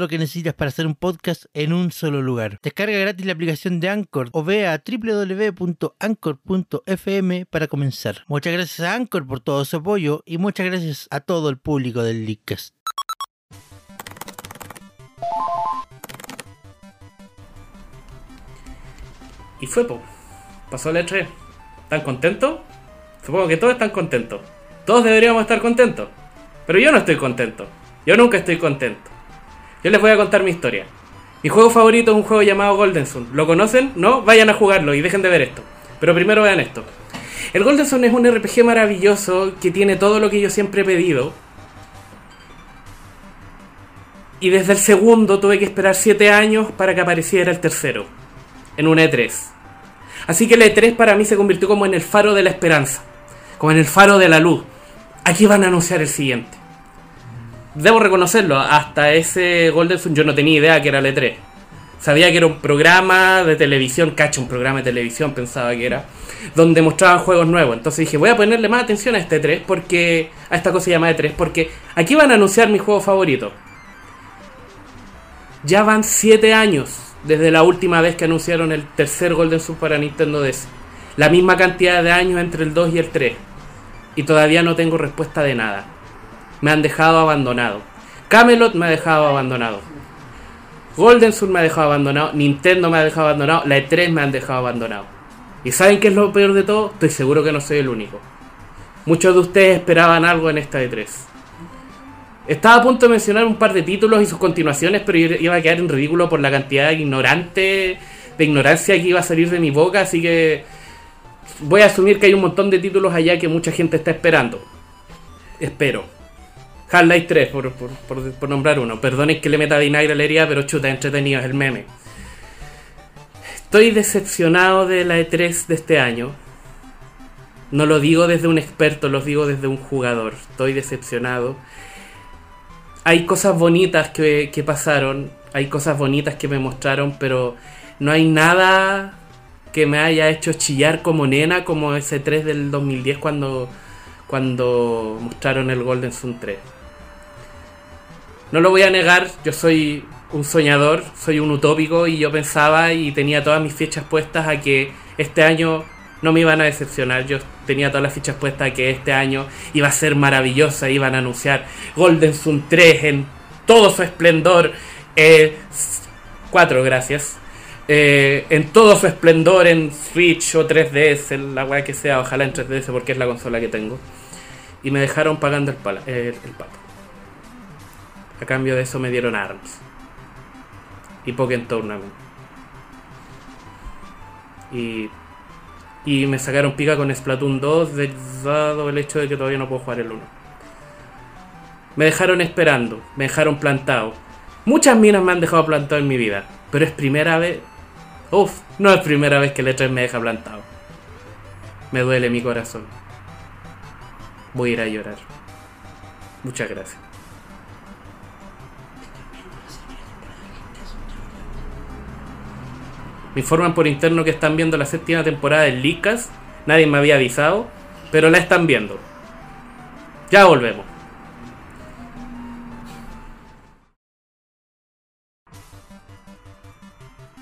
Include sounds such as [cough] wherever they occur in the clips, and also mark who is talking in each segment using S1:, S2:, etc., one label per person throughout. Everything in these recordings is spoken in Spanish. S1: lo que necesitas para hacer un podcast en un solo lugar. Descarga gratis la aplicación de Anchor o ve a www.anchor.fm para comenzar. Muchas gracias a Anchor por todo su apoyo y muchas gracias a todo el público del Leadcast.
S2: Y fue, po. Pasó la E3. ¿Están contentos? Supongo que todos están contentos. Todos deberíamos estar contentos. Pero yo no estoy contento. Yo nunca estoy contento. Yo les voy a contar mi historia. Mi juego favorito es un juego llamado Golden Sun. ¿Lo conocen? ¿No? Vayan a jugarlo y dejen de ver esto. Pero primero vean esto. El Golden Sun es un RPG maravilloso que tiene todo lo que yo siempre he pedido. Y desde el segundo tuve que esperar 7 años para que apareciera el tercero. En un E3. Así que el E3 para mí se convirtió como en el faro de la esperanza. Como en el faro de la luz. Aquí van a anunciar el siguiente. Debo reconocerlo, hasta ese Golden Sun yo no tenía idea que era el E3. Sabía que era un programa de televisión, cacho, un programa de televisión pensaba que era, donde mostraban juegos nuevos. Entonces dije, voy a ponerle más atención a este 3 porque a esta cosa llamada E3 porque aquí van a anunciar mi juego favorito. Ya van 7 años desde la última vez que anunciaron el tercer Golden Sun para Nintendo DS. La misma cantidad de años entre el 2 y el 3. Y todavía no tengo respuesta de nada. Me han dejado abandonado. Camelot me ha dejado abandonado. Golden Sun me ha dejado abandonado, Nintendo me ha dejado abandonado, la E3 me han dejado abandonado. ¿Y saben qué es lo peor de todo? Estoy seguro que no soy el único. Muchos de ustedes esperaban algo en esta E E3. Estaba a punto de mencionar un par de títulos y sus continuaciones, pero yo iba a quedar en ridículo por la cantidad de ignorante, de ignorancia que iba a salir de mi boca, así que voy a asumir que hay un montón de títulos allá que mucha gente está esperando. Espero. Half-Life 3, por, por- por- por nombrar uno. Perdonen que le meta vinagre a la herida, pero chuta, entretenido es el meme. Estoy decepcionado de la E3 de este año. No lo digo desde un experto, lo digo desde un jugador. Estoy decepcionado. Hay cosas bonitas que, que pasaron, hay cosas bonitas que me mostraron, pero no hay nada que me haya hecho chillar como nena, como ese 3 del 2010 cuando, cuando mostraron el Golden Sun 3. No lo voy a negar, yo soy un soñador, soy un utópico y yo pensaba y tenía todas mis fichas puestas a que este año no me iban a decepcionar. Yo tenía todas las fichas puestas a que este año iba a ser maravillosa, iban a anunciar Golden Sun 3 en todo su esplendor. Eh, 4, gracias. Eh, en todo su esplendor en Switch o 3DS, en la weá que sea, ojalá en 3DS porque es la consola que tengo. Y me dejaron pagando el, pala- el, el pato. A cambio de eso me dieron ARMS. Y Pokémon Tournament. Y, y me sacaron pica con Splatoon 2, de- dado el hecho de que todavía no puedo jugar el 1. Me dejaron esperando, me dejaron plantado. Muchas minas me han dejado plantado en mi vida, pero es primera vez... Uf, no es primera vez que el E3 me deja plantado. Me duele mi corazón. Voy a ir a llorar. Muchas gracias. Me informan por interno que están viendo la séptima temporada de Licas. Nadie me había avisado, pero la están viendo. Ya volvemos.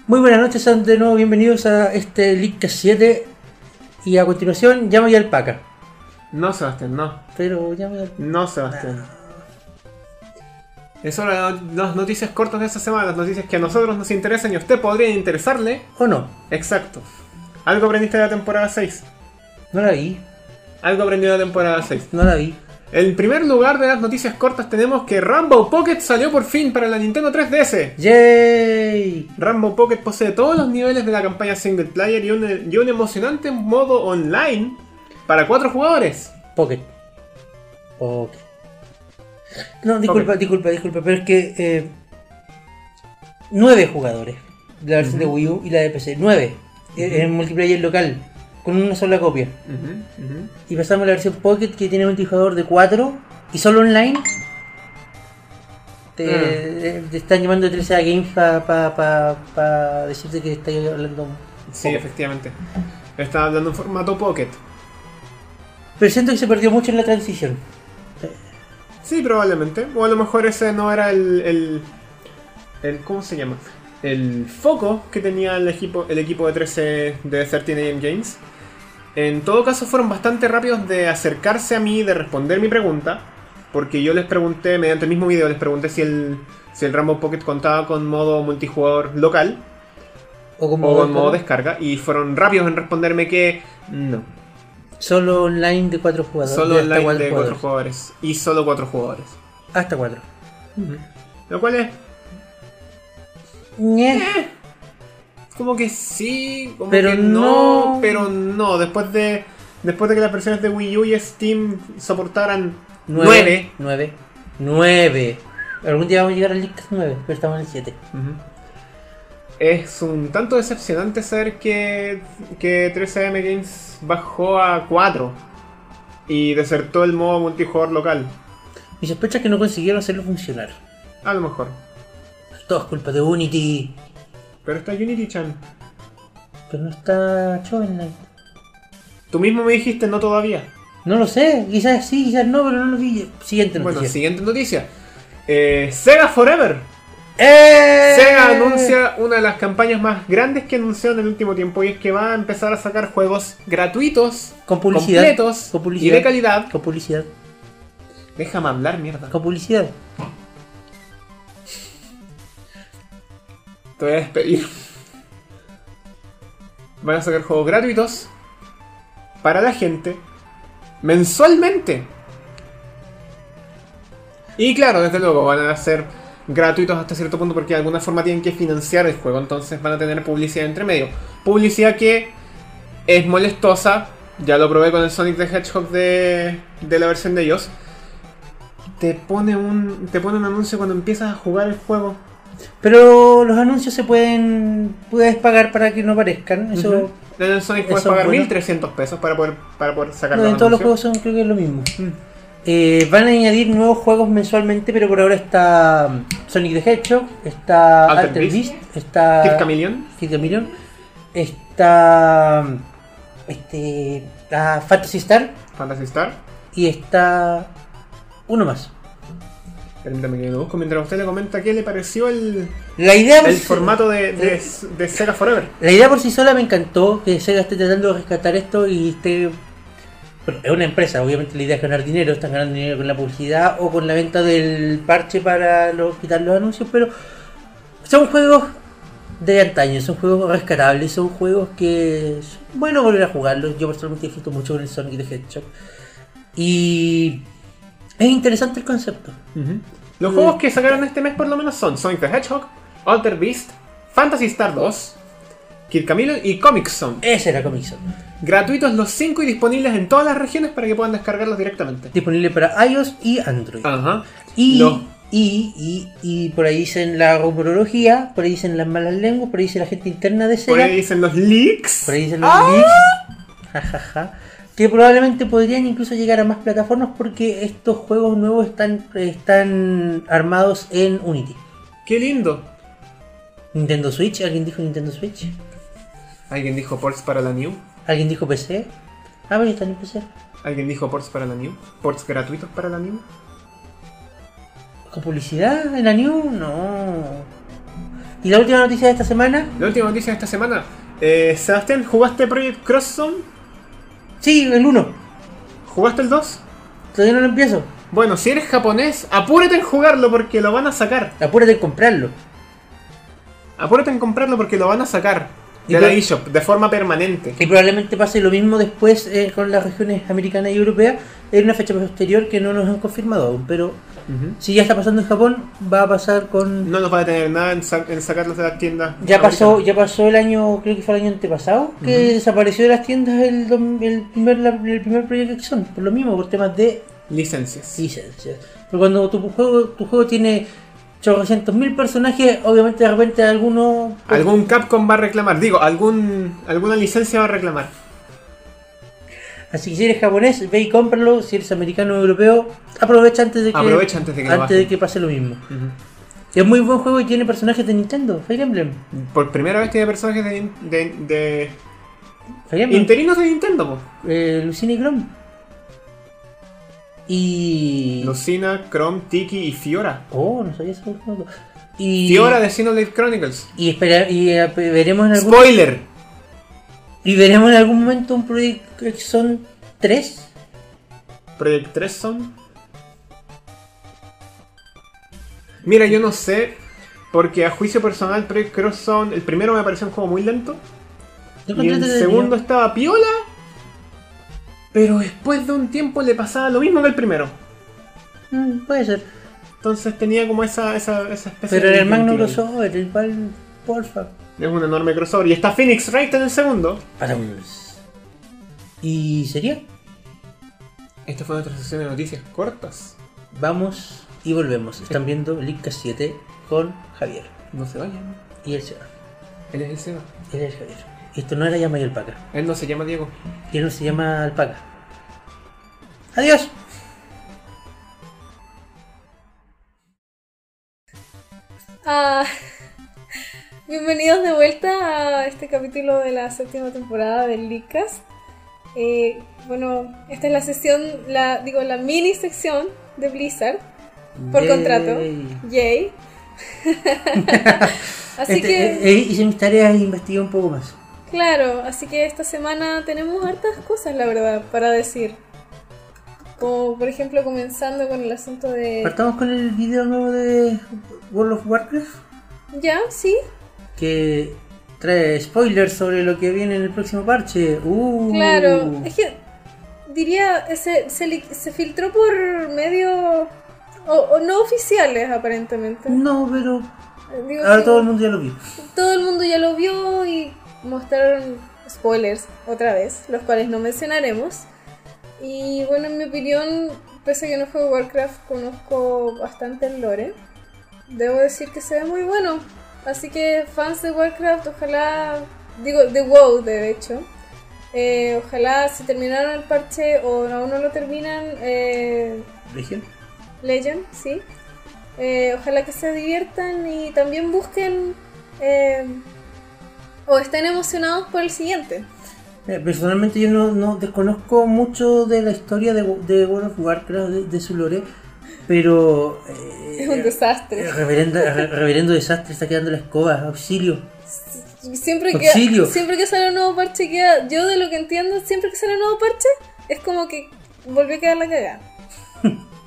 S1: Muy buenas noches, sean de nuevo bienvenidos a este Leadcast 7 y a continuación llama y alpaca.
S3: No, Sebastián, no.
S1: Pero llama y
S3: No, Sebastián. Eso son las noticias cortas de esta semana, las noticias que a nosotros nos interesan y a usted podría interesarle.
S1: ¿O no?
S3: Exacto. Algo aprendiste de la temporada 6.
S1: No la vi,
S3: Algo aprendido de la temporada 6.
S1: no la vi.
S3: En primer lugar de las noticias cortas tenemos que Rambo Pocket salió por fin para la Nintendo 3DS.
S4: ¡Yay!
S3: Rambo Pocket posee todos los niveles de la campaña single player y un, y un emocionante modo online para cuatro jugadores.
S4: Pocket. Pocket. No, disculpa, disculpa, disculpa, pero es que. eh, nueve jugadores. La versión de Wii U y la de PC. Nueve. eh, En En multiplayer local. Con una sola copia. Y pasamos a la versión Pocket que tiene multijugador de cuatro. Y solo online. Te, eh, te están llamando de 13 a Games para pa, pa- pa decirte que estás hablando.
S3: Sí,
S4: Pocket.
S3: efectivamente. Estaba hablando en formato Pocket.
S4: Pero siento que se perdió mucho en la transición.
S3: Sí, probablemente. O a lo mejor ese no era el. el, el- ¿Cómo se llama? El foco que tenía el equipo, el equipo de 13 de 13AM Games. En todo caso, fueron bastante rápidos de acercarse a mí, de responder mi pregunta. Porque yo les pregunté, mediante el mismo video, les pregunté si el, si el Rambo Pocket contaba con modo multijugador local
S4: O como
S3: o con modo descarga. Y fueron rápidos en responderme que no.
S4: Solo online de cuatro jugadores.
S3: Solo
S4: de hasta
S3: online
S4: cuatro
S3: de cuatro
S4: jugadores.
S3: jugadores. Y solo cuatro jugadores.
S4: Hasta cuatro.
S3: Lo cual es
S4: Ñe.
S3: Como que sí, como
S4: Pero
S3: que no,
S4: no.
S3: pero no. Después de después de que las versiones de Wii U y Steam soportaran 9.
S4: 9. 9. 9. Algún día vamos a llegar al Lickas 9, pero estamos en el 7.
S3: Es un tanto decepcionante saber que, que 13M Games bajó a 4 y desertó el modo multijugador local.
S4: Mi sospecha es que no consiguieron hacerlo funcionar.
S3: A lo mejor.
S4: Todo es culpa de Unity.
S3: Pero está Unity-chan.
S4: Pero no está Chovenlight.
S3: Tú mismo me dijiste no todavía.
S4: No lo sé, quizás sí, quizás no, pero no lo vi. Siguiente noticia.
S3: Bueno, siguiente noticia. Eh, Sega Forever.
S4: ¡Eh!
S3: Sega anuncia una de las campañas más grandes que anunció en el último tiempo y es que va a empezar a sacar juegos gratuitos,
S4: Con publicidad.
S3: completos
S4: Con publicidad.
S3: y de calidad.
S4: Con publicidad.
S3: Déjame hablar, mierda.
S4: Con publicidad.
S3: Te voy a despedir. Van a sacar juegos gratuitos para la gente mensualmente. Y claro, desde luego, van a ser gratuitos hasta cierto punto porque de alguna forma tienen que financiar el juego, entonces van a tener publicidad entre medio. Publicidad que es molestosa, ya lo probé con el Sonic the Hedgehog de, de la versión de iOS. Te pone, un, te pone un anuncio cuando empiezas a jugar el juego.
S4: Pero los anuncios se pueden. Puedes pagar para que no aparezcan. Eso.
S3: Ujú. En el Sonic puedes
S4: eso
S3: pagar
S4: bueno.
S3: 1300 pesos para poder, para poder sacar
S4: No,
S3: los
S4: en todos los
S3: anuncios. Mm.
S4: juegos son, creo que es lo mismo. Eh, van a añadir nuevos juegos mensualmente, pero por ahora está mm, Sonic the Hedgehog, está
S3: Altered
S4: Alter Beast,
S3: Beast,
S4: está
S3: Kid Chameleon.
S4: Kid Chameleon, está mm, este, ah, Fantasy Star
S3: Fantasy Star.
S4: y está uno más.
S3: Permítame que lo busco mientras usted le comenta qué le pareció el,
S4: La idea, por
S3: el
S4: sí-
S3: formato de, de, de Sega Forever.
S4: la idea por sí sola me encantó que Sega esté tratando de rescatar esto y esté. bueno, es una empresa, obviamente la idea es ganar dinero, están ganando dinero con la publicidad o con la venta del parche para los- quitar los anuncios, pero son juegos de antaño, son juegos rescatables, son juegos que es bueno volver a jugarlos. Yo personalmente disfruto mucho con el Sonic the Hedgehog. Y es interesante el concepto.
S3: Los juegos que sacaron este mes por lo menos son Sonic the Hedgehog, Alter Beast, Fantasy Star 2, Kid Chameleon y Comic Zone.
S4: Ese era Comic Zone.
S3: Gratuitos los 5 y disponibles en todas las regiones para que puedan descargarlos directamente.
S4: Disponible para iOS y Android.
S3: Ajá.
S4: Y,
S3: Los-
S4: y, y, y por ahí dicen la rumorología, por ahí dicen las malas lenguas, por ahí dice la gente interna de
S3: Por
S4: Sega,
S3: ahí dicen los leaks.
S4: por ahí dicen los leaks, jajaja, que probablemente podrían incluso llegar a más plataformas porque estos juegos nuevos están, están armados en Unity.
S3: Qué lindo.
S4: Nintendo Switch, alguien dijo Nintendo Switch,
S3: Alguien dijo ports para la new.
S4: alguien dijo PC. Ah, bueno, están en PC.
S3: Alguien dijo ports para la new. Ports gratuitos para la new.
S4: ¿Con publicidad en la New? No. Y la última noticia de esta semana,
S3: La última noticia de esta semana. Eh, Sebastián, ¿jugaste Project Cross Zone?
S4: sí, el 1.
S3: ¿Jugaste el 2?
S4: Todavía no lo empiezo.
S3: Bueno, si eres japonés, apúrate en jugarlo porque lo van a sacar.
S4: Apúrate en comprarlo.
S3: Apúrate en comprarlo porque lo van a sacar.
S4: Y pues-
S3: de la
S4: pro-
S3: eShop, de forma permanente.
S4: Y probablemente pase lo mismo después eh, con las regiones americanas y europeas en una fecha posterior que no nos han confirmado aún. Pero
S3: Ujú.
S4: si ya está pasando en Japón, va a pasar con...
S3: No nos va a detener nada en, sa- en sacarlos de las tiendas.
S4: Ya pasó,
S3: americanas.
S4: ya pasó el año, creo que fue el año antepasado, que desapareció de las tiendas el, dom- el primer, la- el primer Project X-Zone, por lo mismo, por temas de
S3: Licencias.
S4: licencias. Pero cuando tu juego, tu juego tiene 800.000 mil personajes, obviamente de repente alguno... pues,
S3: Algún Capcom va a reclamar, digo, algún alguna licencia va a reclamar.
S4: Así que si eres japonés, ve y cómpralo. Si eres americano o europeo, aprovecha antes de que,
S3: Aprovecha antes de que lo
S4: antes de
S3: bajen.
S4: que pase lo mismo.
S3: Ujú.
S4: Es muy buen juego y tiene personajes de Nintendo. Fire Emblem.
S3: Por primera vez tiene personajes de, nin- de-
S4: Fire
S3: de-
S4: Emblem.
S3: interinos de Nintendo. po.
S4: eh, Lucina y Grom. Y.
S3: Lucina, Chrome, Tiki y Fiora.
S4: Oh, no sabía ese juego. Y.
S3: Fiora de Xenoblade Chronicles.
S4: Y, espera, y eh, veremos en algún
S3: Spoiler.
S4: y veremos en algún momento un Project Exxon 3.
S3: Project 3 son. Mira, yo no sé, porque a juicio personal, Project Cross Zone, el primero me pareció un juego muy lento.
S4: Yo
S3: Y
S4: encontré
S3: el
S4: entretenido.
S3: segundo estaba piola. Pero después de un tiempo le pasaba lo mismo que el primero.
S4: Mm, puede ser.
S3: Entonces tenía como esa, esa, esa especie
S4: Pero
S3: de
S4: era el Magno
S3: identidad.
S4: crossover, el cual. Porfa.
S3: Es un enorme crossover. Y está Phoenix Wright en el segundo.
S4: Para Y sería.
S3: Esta fue nuestra sesión de noticias cortas.
S4: Vamos y volvemos. Están viendo Linka 7 con Javier.
S3: No se vayan.
S4: Y el Seba.
S3: Él es el Seba.
S4: Él es Javier. Pues Esto no era llama y alpaca.
S3: Él no se llama Diego.
S4: Y él no se llama alpaca. ¡Adiós!
S5: Ah, [laughs] bienvenidos de vuelta a este capítulo de la séptima temporada del Licas. bueno, esta es la sesión, la, digo, la mini sección de Blizzard, Por contrato. yay. [laughs] así
S4: Este,
S5: que,
S4: eh, eh, hice mis tareas e investigué un poco más.
S5: claro, así que esta semana tenemos hartas cosas, la verdad, para decir. Como, por ejemplo, comenzando con el asunto de...
S4: Partamos con el video nuevo de World of Warcraft
S5: ¿Ya? ¿Sí?
S4: que trae spoilers sobre lo que viene en el próximo parche. Uh.
S5: Claro, es que diría, eh, se, se, li- se filtró por medios o, o no oficiales aparentemente.
S4: No, pero
S5: Digo,
S4: Mm. ahora
S5: sí,
S4: todo el mundo ya lo vio.
S5: todo el mundo ya lo vio y mostraron spoilers otra vez, los cuales no mencionaremos. Y bueno, en mi opinión, pese a que no juego Warcraft, conozco bastante el lore. Debo decir que se ve muy bueno. Así que fans de Warcraft, ojalá, digo, de WoW de hecho, eh, ojalá si terminaron el parche o aún no lo terminan, eh,
S4: Legión.
S5: Legend, sí. Eh, ojalá que se diviertan y también busquen eh, o estén emocionados por el siguiente. [laughs]
S4: Mira, Eh, Personalmente yo no, no desconozco mucho de la historia de, de World of Warcraft, de, de su lore, pero... eh,
S5: Es un desastre.
S4: eh, reverenda- re- reverendo desastre, está quedando la escoba, auxilio.
S5: Siempre que,
S4: eh, Auxilio.
S5: siempre que sale un nuevo parche queda, yo de lo que entiendo, siempre que sale un nuevo parche es como que volvió a quedar
S4: [laughs]
S5: la cagada.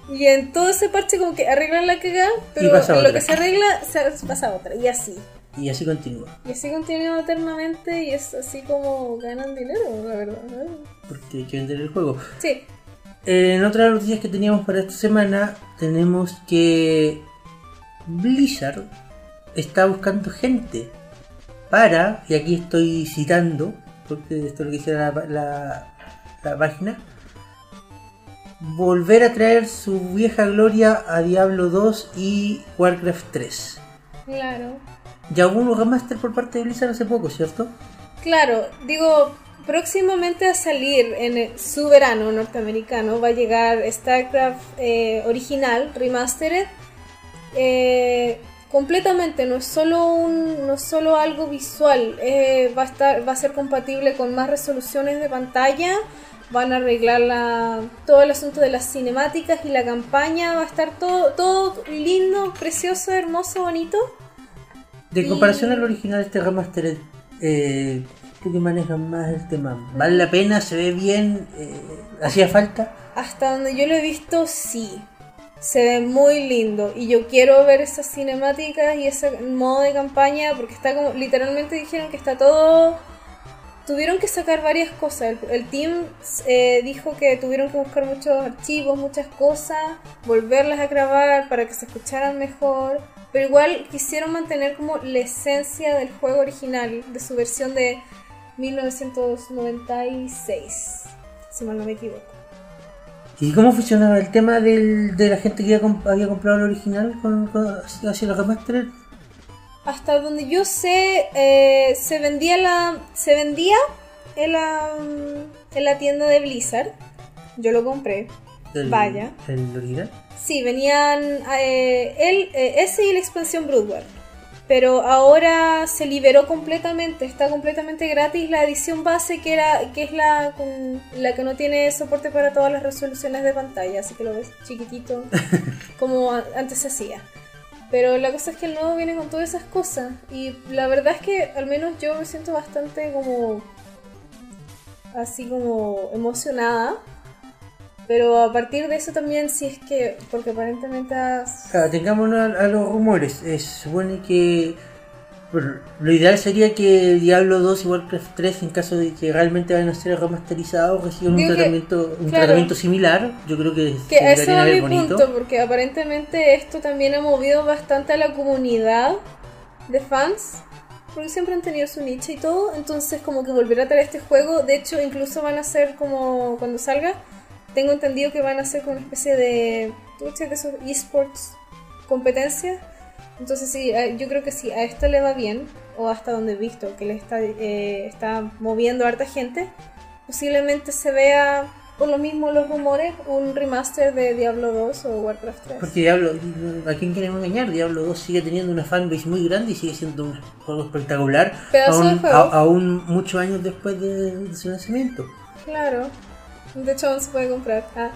S5: Y en todo ese parche como que arreglan la cagada, pero
S4: pasa
S5: en lo
S4: otra.
S5: que se arregla se pasa a otra. Y así.
S4: Y así continúa.
S5: Y así continúa eternamente y es así como ganan dinero, la verdad. ¿no?
S4: Porque hay que vender el juego.
S5: Sí,
S4: Eh, En otras noticias que teníamos para esta semana, tenemos que Blizzard está buscando gente para, y aquí estoy citando, porque esto es lo que dice la, la- la página, volver a traer su vieja gloria a Diablo 2 y Warcraft 3.
S5: claro.
S4: Ya hubo un remaster por parte de Blizzard hace poco, ¿cierto?
S5: Claro, digo, próximamente a salir en el- su verano norteamericano va a llegar StarCraft eh, original, remastered, eh, completamente, no es solo un, no es solo algo visual, eh, va a estar, va a ser compatible con más resoluciones de pantalla, van a arreglar la- todo el asunto de las cinemáticas y la campaña, va a estar todo, todo lindo, precioso, hermoso, bonito.
S4: De
S5: Y-
S4: comparación al original, este remaster, eh, tú que manejas más el tema, ¿vale la pena? ¿Se ve bien? Eh, ¿Hacía falta?
S5: Hasta donde yo lo he visto, sí. se ve muy lindo y yo quiero ver esas cinemáticas y ese modo de campaña porque está como literalmente dijeron que está todo tuvieron que sacar varias cosas el, el team eh, dijo que tuvieron que buscar muchos archivos muchas cosas volverlas a grabar para que se escucharan mejor pero igual quisieron mantener como la esencia del juego original de su versión de 1996 si mal no me equivoco
S4: ¿Y cómo funcionaba el tema del, de la gente que había, comp- había comprado el original con, con- hacia la remaster?
S5: hasta donde yo sé, eh, se vendía la. se vendía en la, mm, en la tienda de Blizzard. Yo lo compré.
S4: Del-
S5: Vaya.
S4: ¿El original?
S5: Sí, venían eh, el, eh, ese y la expansión Broodward. Pero ahora se liberó completamente, está completamente gratis la edición base que era que es la con- la que no tiene soporte para todas las resoluciones de pantalla, así que lo ves chiquitito como a- antes se hacía. Pero la cosa es que el nuevo viene con todas esas cosas y la verdad es que al menos yo me siento bastante como así como emocionada pero a partir de eso también, si es que. Porque aparentemente. has-
S4: Claro, Ah, tengámonos a, a los rumores. Eh, se supone que bueno, lo ideal sería que Diablo 2 y Warcraft 3, en caso de que realmente vayan a ser remasterizados, reciban un
S5: Digo que-
S4: tratamiento, un
S5: claro.
S4: tratamiento similar. Yo creo que,
S5: Que a eso
S4: darían
S5: va
S4: a
S5: mi punto, porque aparentemente esto también ha movido bastante a la comunidad de fans. Porque siempre han tenido su nicho y todo. Entonces, como que volver a traer este juego. De hecho, incluso van a ser como. Cuando salga, tengo entendido que van a ser como una especie de. ¿Tú cachai de esos esports competencia? Entonces sí, a- yo creo que sí, a esto le va bien, o hasta donde he visto que le está, eh, está moviendo a harta gente, posiblemente se vea, por lo mismo los rumores, un remaster de Diablo 2 o Warcraft 3.
S4: Porque Diablo, ¿a quién queremos engañar? Diablo 2 sigue teniendo una fanbase muy grande y sigue siendo un juego espectacular,
S5: Pedazo de
S4: aún,
S5: juego.
S4: a- aún muchos años después de, de su lanzamiento.
S5: Claro, de hecho aún se puede comprar. Ah,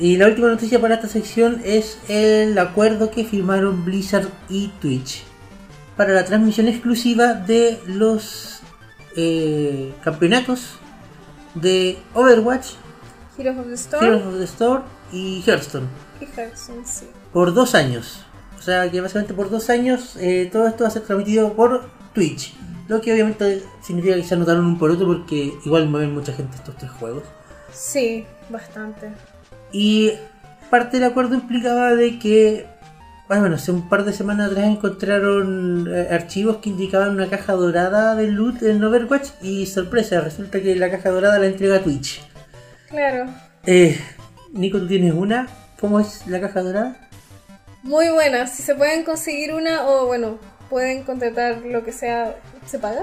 S4: Y la última noticia para esta sección es el acuerdo que firmaron Blizzard y Twitch para la transmisión exclusiva de los eh, campeonatos de Overwatch,
S5: Heroes of the
S4: Heroes
S5: Storm
S4: of the Storm y Hearthstone
S5: y Hearthstone, sí.
S4: por dos años. O sea que básicamente por dos años eh, todo esto va a ser transmitido por Twitch. Lo que obviamente significa que se anotaron un por otro porque igual mueven mucha gente estos tres juegos.
S5: Sí, bastante.
S4: Y parte del acuerdo implicaba de que, bueno, bueno, hace un par de semanas atrás encontraron eh, archivos que indicaban una caja dorada de loot en Overwatch y sorpresa, resulta que la caja dorada la entrega Twitch.
S5: Claro,
S4: Eh, Nico, ¿tú tienes una? ¿Cómo es la caja dorada?
S5: muy buena, si se pueden conseguir una o bueno, pueden contratar lo que sea, ¿se paga?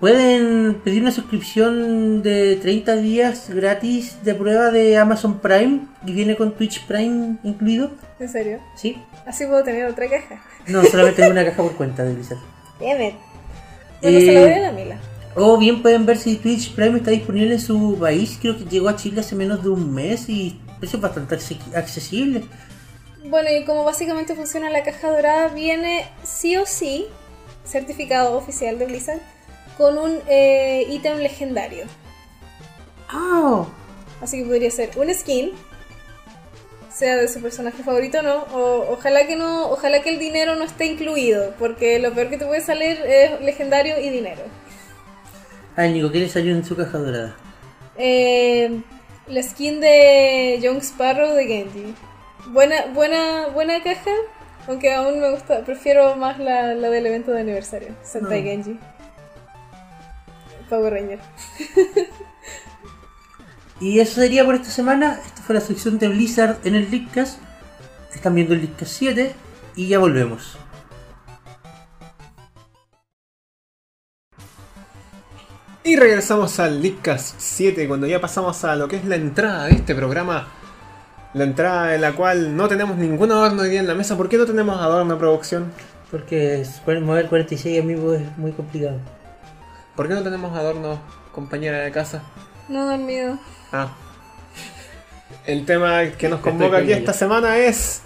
S4: Pueden pedir una suscripción de 30 días gratis de prueba de Amazon Prime y viene con Twitch Prime incluido.
S5: ¿En serio?
S4: ¿Sí?
S5: Así puedo tener otra caja.
S4: No, solamente hay una caja por cuenta de Blizzard.
S5: Damn it. Bueno, se lo
S4: Eh,
S5: doy a la Mila.
S4: O bien pueden ver si Twitch Prime está disponible en su país. Creo que llegó a Chile hace menos de un mes y precios bastante acce- accesibles.
S5: Bueno, y como básicamente funciona la caja dorada, viene sí o sí, certificado oficial de Blizzard, con un eh, ítem legendario.
S4: ¡Ah!
S5: Así que podría ser un skin, sea de su personaje favorito o no, o ojalá que no, ojalá que el dinero no esté incluido, porque lo peor que te puede salir es legendario y dinero.
S4: Ah, Nico, ¿qué le salió en su caja dorada?
S5: Eh, la skin de Young Sparrow de Genji. Buena, buena, buena caja, aunque aún me gusta, prefiero más la, la del evento de aniversario, Sentai
S4: Ah.
S5: Genji. Power Ranger.
S4: Y eso sería por esta semana. Esta fue la sección de Blizzard en el Leakcast. Están viendo el Leakcast 7 y ya volvemos.
S3: Y regresamos al Leakcast 7 cuando ya pasamos a lo que es la entrada de este programa. La entrada en la cual no tenemos ningún adorno hoy día en la mesa. ¿Por qué no tenemos adorno, producción?
S4: Porque es- mover 46 amigos es muy complicado.
S3: ¿Por qué no tenemos adorno, compañera de casa?
S5: No he dormido.
S3: Ah. El tema que nos convoca
S2: Estoy con
S3: aquí
S2: ella.
S3: esta semana es.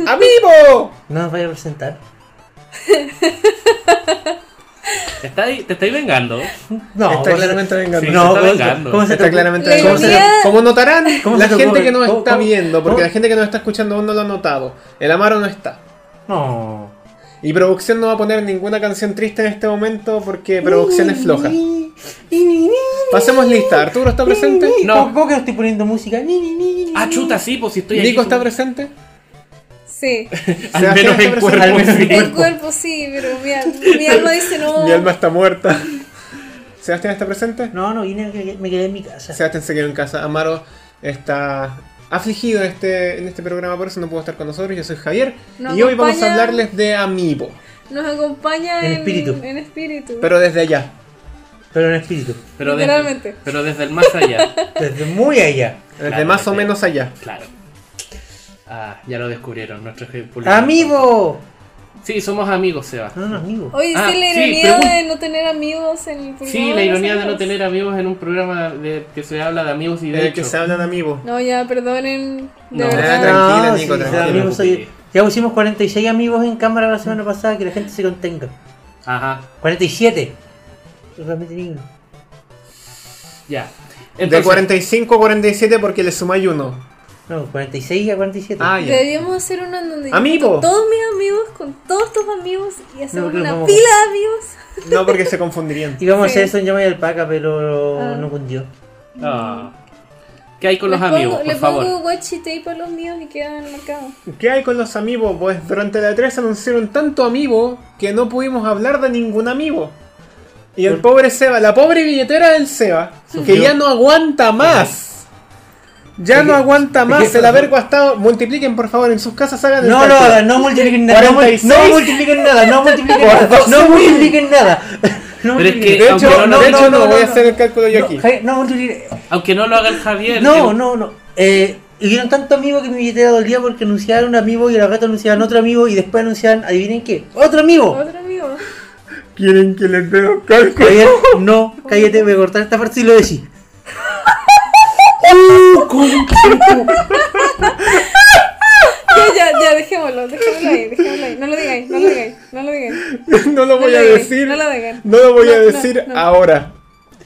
S3: ¡Amigo!
S4: No nos vaya a presentar.
S2: Te estáis, te estáis vengando.
S4: No,
S3: Está
S4: vos-
S3: claramente vengando.
S4: no,
S2: Se está
S4: vos-
S2: vengando.
S4: ¿cómo se
S3: Está
S4: te-
S3: claramente
S5: Le
S3: ¿Cómo
S5: diría-
S3: se- Como notarán,
S4: ¿Cómo
S3: la
S4: se te
S3: gente
S4: ocurre?
S3: que nos
S4: ¿Cómo-
S3: está
S4: cómo-
S3: viendo, porque
S4: cómo-
S3: la gente que nos está escuchando aún no lo ha notado, el Amaro no está.
S4: No.
S3: Y producción no va a poner ninguna canción triste en este momento porque producción es floja. Pasemos lista. Arturo está presente.
S4: No.
S2: No.
S4: ¿Cómo, cómo que no estoy poniendo música? Ni, ni, ni, ni,
S2: Ah,
S4: ni.
S2: chuta, sí, pues si estoy aquí.
S3: Nico está presente.
S2: [laughs]
S5: Sí.
S2: Al menos
S3: Sebastián
S2: en
S3: está
S2: cuerpo.
S4: presente.
S2: sí.
S5: El cuerpo sí, pero
S2: [laughs]
S5: mi, al- mi alma dice no.
S3: Mi alma está muerta. Sebastián está presente.
S4: No, no, vine, me quedé en mi casa.
S3: Sebastián se quedó en casa. Amaro está afligido en este, en este programa, por eso no pudo estar con nosotros. Yo soy Javier.
S5: Nos
S3: y hoy vamos a
S5: acompaña-
S3: hablarles de Amiibo.
S5: Nos acompaña
S4: En
S5: en,
S4: espíritu.
S5: en espíritu.
S3: Pero desde allá.
S4: Pero en espíritu.
S2: Pero
S5: Literalmente.
S2: desde, pero desde el más allá.
S4: [laughs] Desde muy allá.
S3: Desde
S2: Claro,
S3: más o
S2: desde-
S3: menos allá.
S2: Claro. Ah, ya lo descubrieron nuestros públicos.
S4: ¡Amigo!
S2: Sí, somos amigos, Seba.
S4: No, no, amigo.
S5: Oye,
S2: Ah,
S5: sí, la
S2: sí,
S5: ironía
S2: pregun-
S5: de no tener amigos en el programa.
S2: Sí, la ironía de no
S5: sabemos.
S2: tener amigos en un programa de, que se habla de amigos y
S3: En
S2: de
S3: el que
S2: hecho.
S3: se hablan Amiibo.
S5: No, ya, perdonen. De
S2: No.
S5: verdad.
S3: Ah, Tranquila,
S4: No,
S3: Nico,
S4: sí,
S3: tranquila.
S4: ya, amigos, soy- ya pusimos 46 amigos en cámara la semana pasada, que la gente se contenga.
S2: Ajá,
S4: 47. Realmente ninguno.
S2: ya.
S3: de 45 a 47 porque le sumáis uno.
S4: No, 46 a 47.
S3: Ah, ya.
S5: Deberíamos hacer una en donde yo
S3: Amigo.
S5: junto a todos mis amigos, con todos tus amigos, y hacemos
S4: pero
S5: una
S4: vamos-
S5: pila de amigos.
S3: No, porque se confundirían.
S4: Íbamos a
S5: sí.
S4: hacer eso en llama de alpaca, pero
S5: Ah.
S4: no cundió.
S2: Ah. ¿Qué hay con
S5: Le
S2: los
S5: pongo-
S2: amigos, por
S5: Le
S2: favor?
S5: pongo washi tape a los míos y quedan marcados.
S3: ¿Qué hay con los amigos? Pues durante la 3 anunciaron tanto amigo que no pudimos hablar de ningún amigo. Y el pobre Seba, la pobre billetera del Seba, que ya no aguanta más. Ya no aguanta más el haber gastado. Multipliquen por favor en sus casas, hagan el
S4: No lo
S3: cálculo.
S4: hagan, no multipliquen nada. no mul-
S3: 46.
S4: No multipliquen nada, no multipliquen nada. No multipliquen [laughs] nada. No
S2: Pero es
S4: multipliquen.
S2: que,
S3: De
S2: aunque
S3: hecho,
S2: no lo-
S3: de hecho, no,
S4: no,
S3: voy a
S4: no.
S3: hacer el cálculo yo
S4: No, [laughs]
S3: aquí.
S4: Javier, no multipliquen.
S2: Aunque no lo haga el Javier.
S4: No,
S2: el-
S4: no, no. Eh, hubieron tanto amigo que mi billetera dolía porque anunciaron un amigo y a la rato anunciaban otro amigo y después anunciaban, adivinen qué, otro
S3: Oh.
S4: amigo.
S5: Otro amigo. [laughs]
S3: ¿Quieren que les dé los cálculos?
S4: Javier, no, cállate, voy a cortar esta parte y lo decís.
S5: Ya, ya, ya, dejémoslo, dejémoslo ahí, dejémoslo ahí. No lo digáis, no lo digáis, no lo digáis.
S3: no lo
S5: No
S3: voy
S5: lo
S3: a
S5: digan,
S3: decir.
S5: no lo digan.
S3: No lo voy
S5: No,
S3: a
S5: no,
S3: decir
S5: no.
S3: ahora.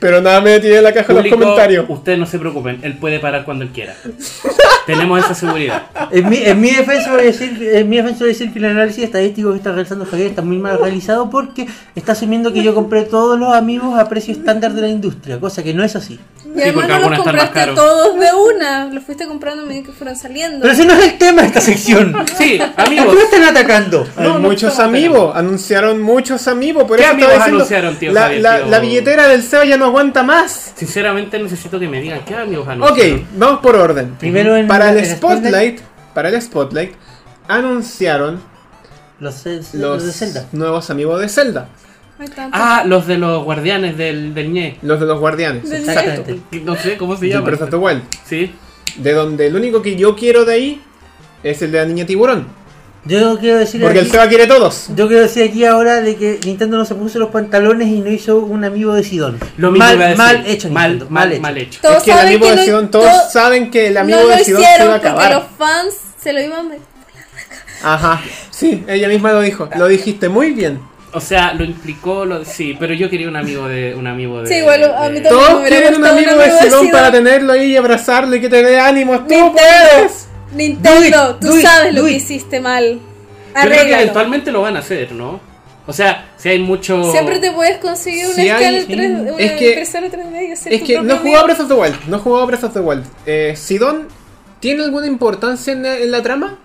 S3: Pero nada me tiene en la
S4: [laughs]
S3: caja de los
S2: Público,
S3: comentarios.
S2: Ustedes no se preocupen, él puede parar cuando él quiera. [laughs] Tenemos esa seguridad.
S4: En mi, en mi defensa voy a decir, en mi defensa voy a decir que el análisis estadístico que está realizando Javier está muy mal realizado porque está asumiendo que yo compré todos los amigos a precio estándar de la industria, cosa que no es así.
S5: Y además
S2: porque
S5: no los
S2: algunas están más
S5: compraste
S2: caros.
S5: a todos de una. Los fuiste comprando a medida que fueron saliendo.
S4: Pero ese no es el tema de esta [laughs] sección.
S2: Sí,
S4: ¿Por
S2: amigos.
S4: qué me están [laughs] atacando?
S3: Hay
S2: No, no
S3: muchos
S2: estamos
S3: amigos, anunciaron muchos amigos, por
S2: ¿Qué
S3: eso estaba
S2: amigos
S3: diciendo,
S2: anunciaron, tío
S3: la,
S2: Javier,
S3: la-
S2: tío?
S3: la billetera del SEO ya no aguanta más.
S2: Sinceramente necesito que me digan qué amigos
S3: Ok,
S2: anunciaron.
S3: vamos por orden.
S4: Primero en
S3: Para el
S4: en
S3: Spotlight, para el Spotlight, anunciaron
S4: los,
S3: los
S4: los de Zelda.
S3: nuevos amigos de Zelda,
S5: Hay tantos.
S2: Ah, los de los guardianes del, del ñe.
S3: los de los guardianes.
S5: Del
S4: Exactamente.
S2: No sé cómo se
S3: De
S2: llama.
S3: Breath of the Wild,
S2: Sí.
S3: de donde el único que yo quiero de ahí es el de la niña tiburón,
S4: Yo quiero decir
S3: porque el
S4: aquí-
S3: SEBA quiere todos.
S4: Yo quiero decir aquí ahora de que Nintendo no se puso los pantalones y no hizo un amigo de Sidón.
S2: Lo mismo
S4: mal,
S2: iba a decir.
S4: mal hecho, Nintendo,
S2: mal, mal,
S4: mal hecho.
S2: hecho.
S5: Todos
S3: es que el
S5: saben
S3: amigo
S5: que
S3: de
S5: no-
S3: Sidon, todos
S5: to-
S3: saben que el amigo
S5: no lo
S3: de Sidon se iba a
S5: hicieron porque
S3: acabar.
S5: los fans se lo iban a meter.
S3: Ajá, sí, ella misma lo dijo, lo dijiste muy bien.
S2: O sea, lo implicó, lo, sí, pero yo quería un amigo de un amigo de
S5: Sí, igual, a
S2: de-
S5: mí también.
S3: Todos
S5: me hubiera
S3: quieren un
S5: gustado
S3: amigo
S5: un
S3: de
S5: amigo de
S3: Sidón
S5: Sidón.
S3: para tenerlo ahí y abrazarlo y que te dé ánimos. ¡Tú
S5: Nintendo.
S3: puedes!
S5: Nintendo,
S4: Do it,
S5: tú
S4: do it,
S5: sabes lo
S4: do
S5: que
S4: it.
S5: hiciste mal.
S2: Yo creo que
S5: Arréglalo.
S2: eventualmente lo van a hacer, ¿no? O sea, si hay mucho
S5: Siempre te puedes conseguir un
S3: Si hay-
S5: escala
S3: sí.
S5: 3, una
S3: Es que-
S5: impresora 3D y hacer
S3: Es
S5: tu
S3: que
S5: propio
S3: no jugaba
S5: amigo.
S3: Breath of the Wild. No jugaba Breath of the Wild. Eh, ¿Sidón tiene alguna importancia en la, en la trama?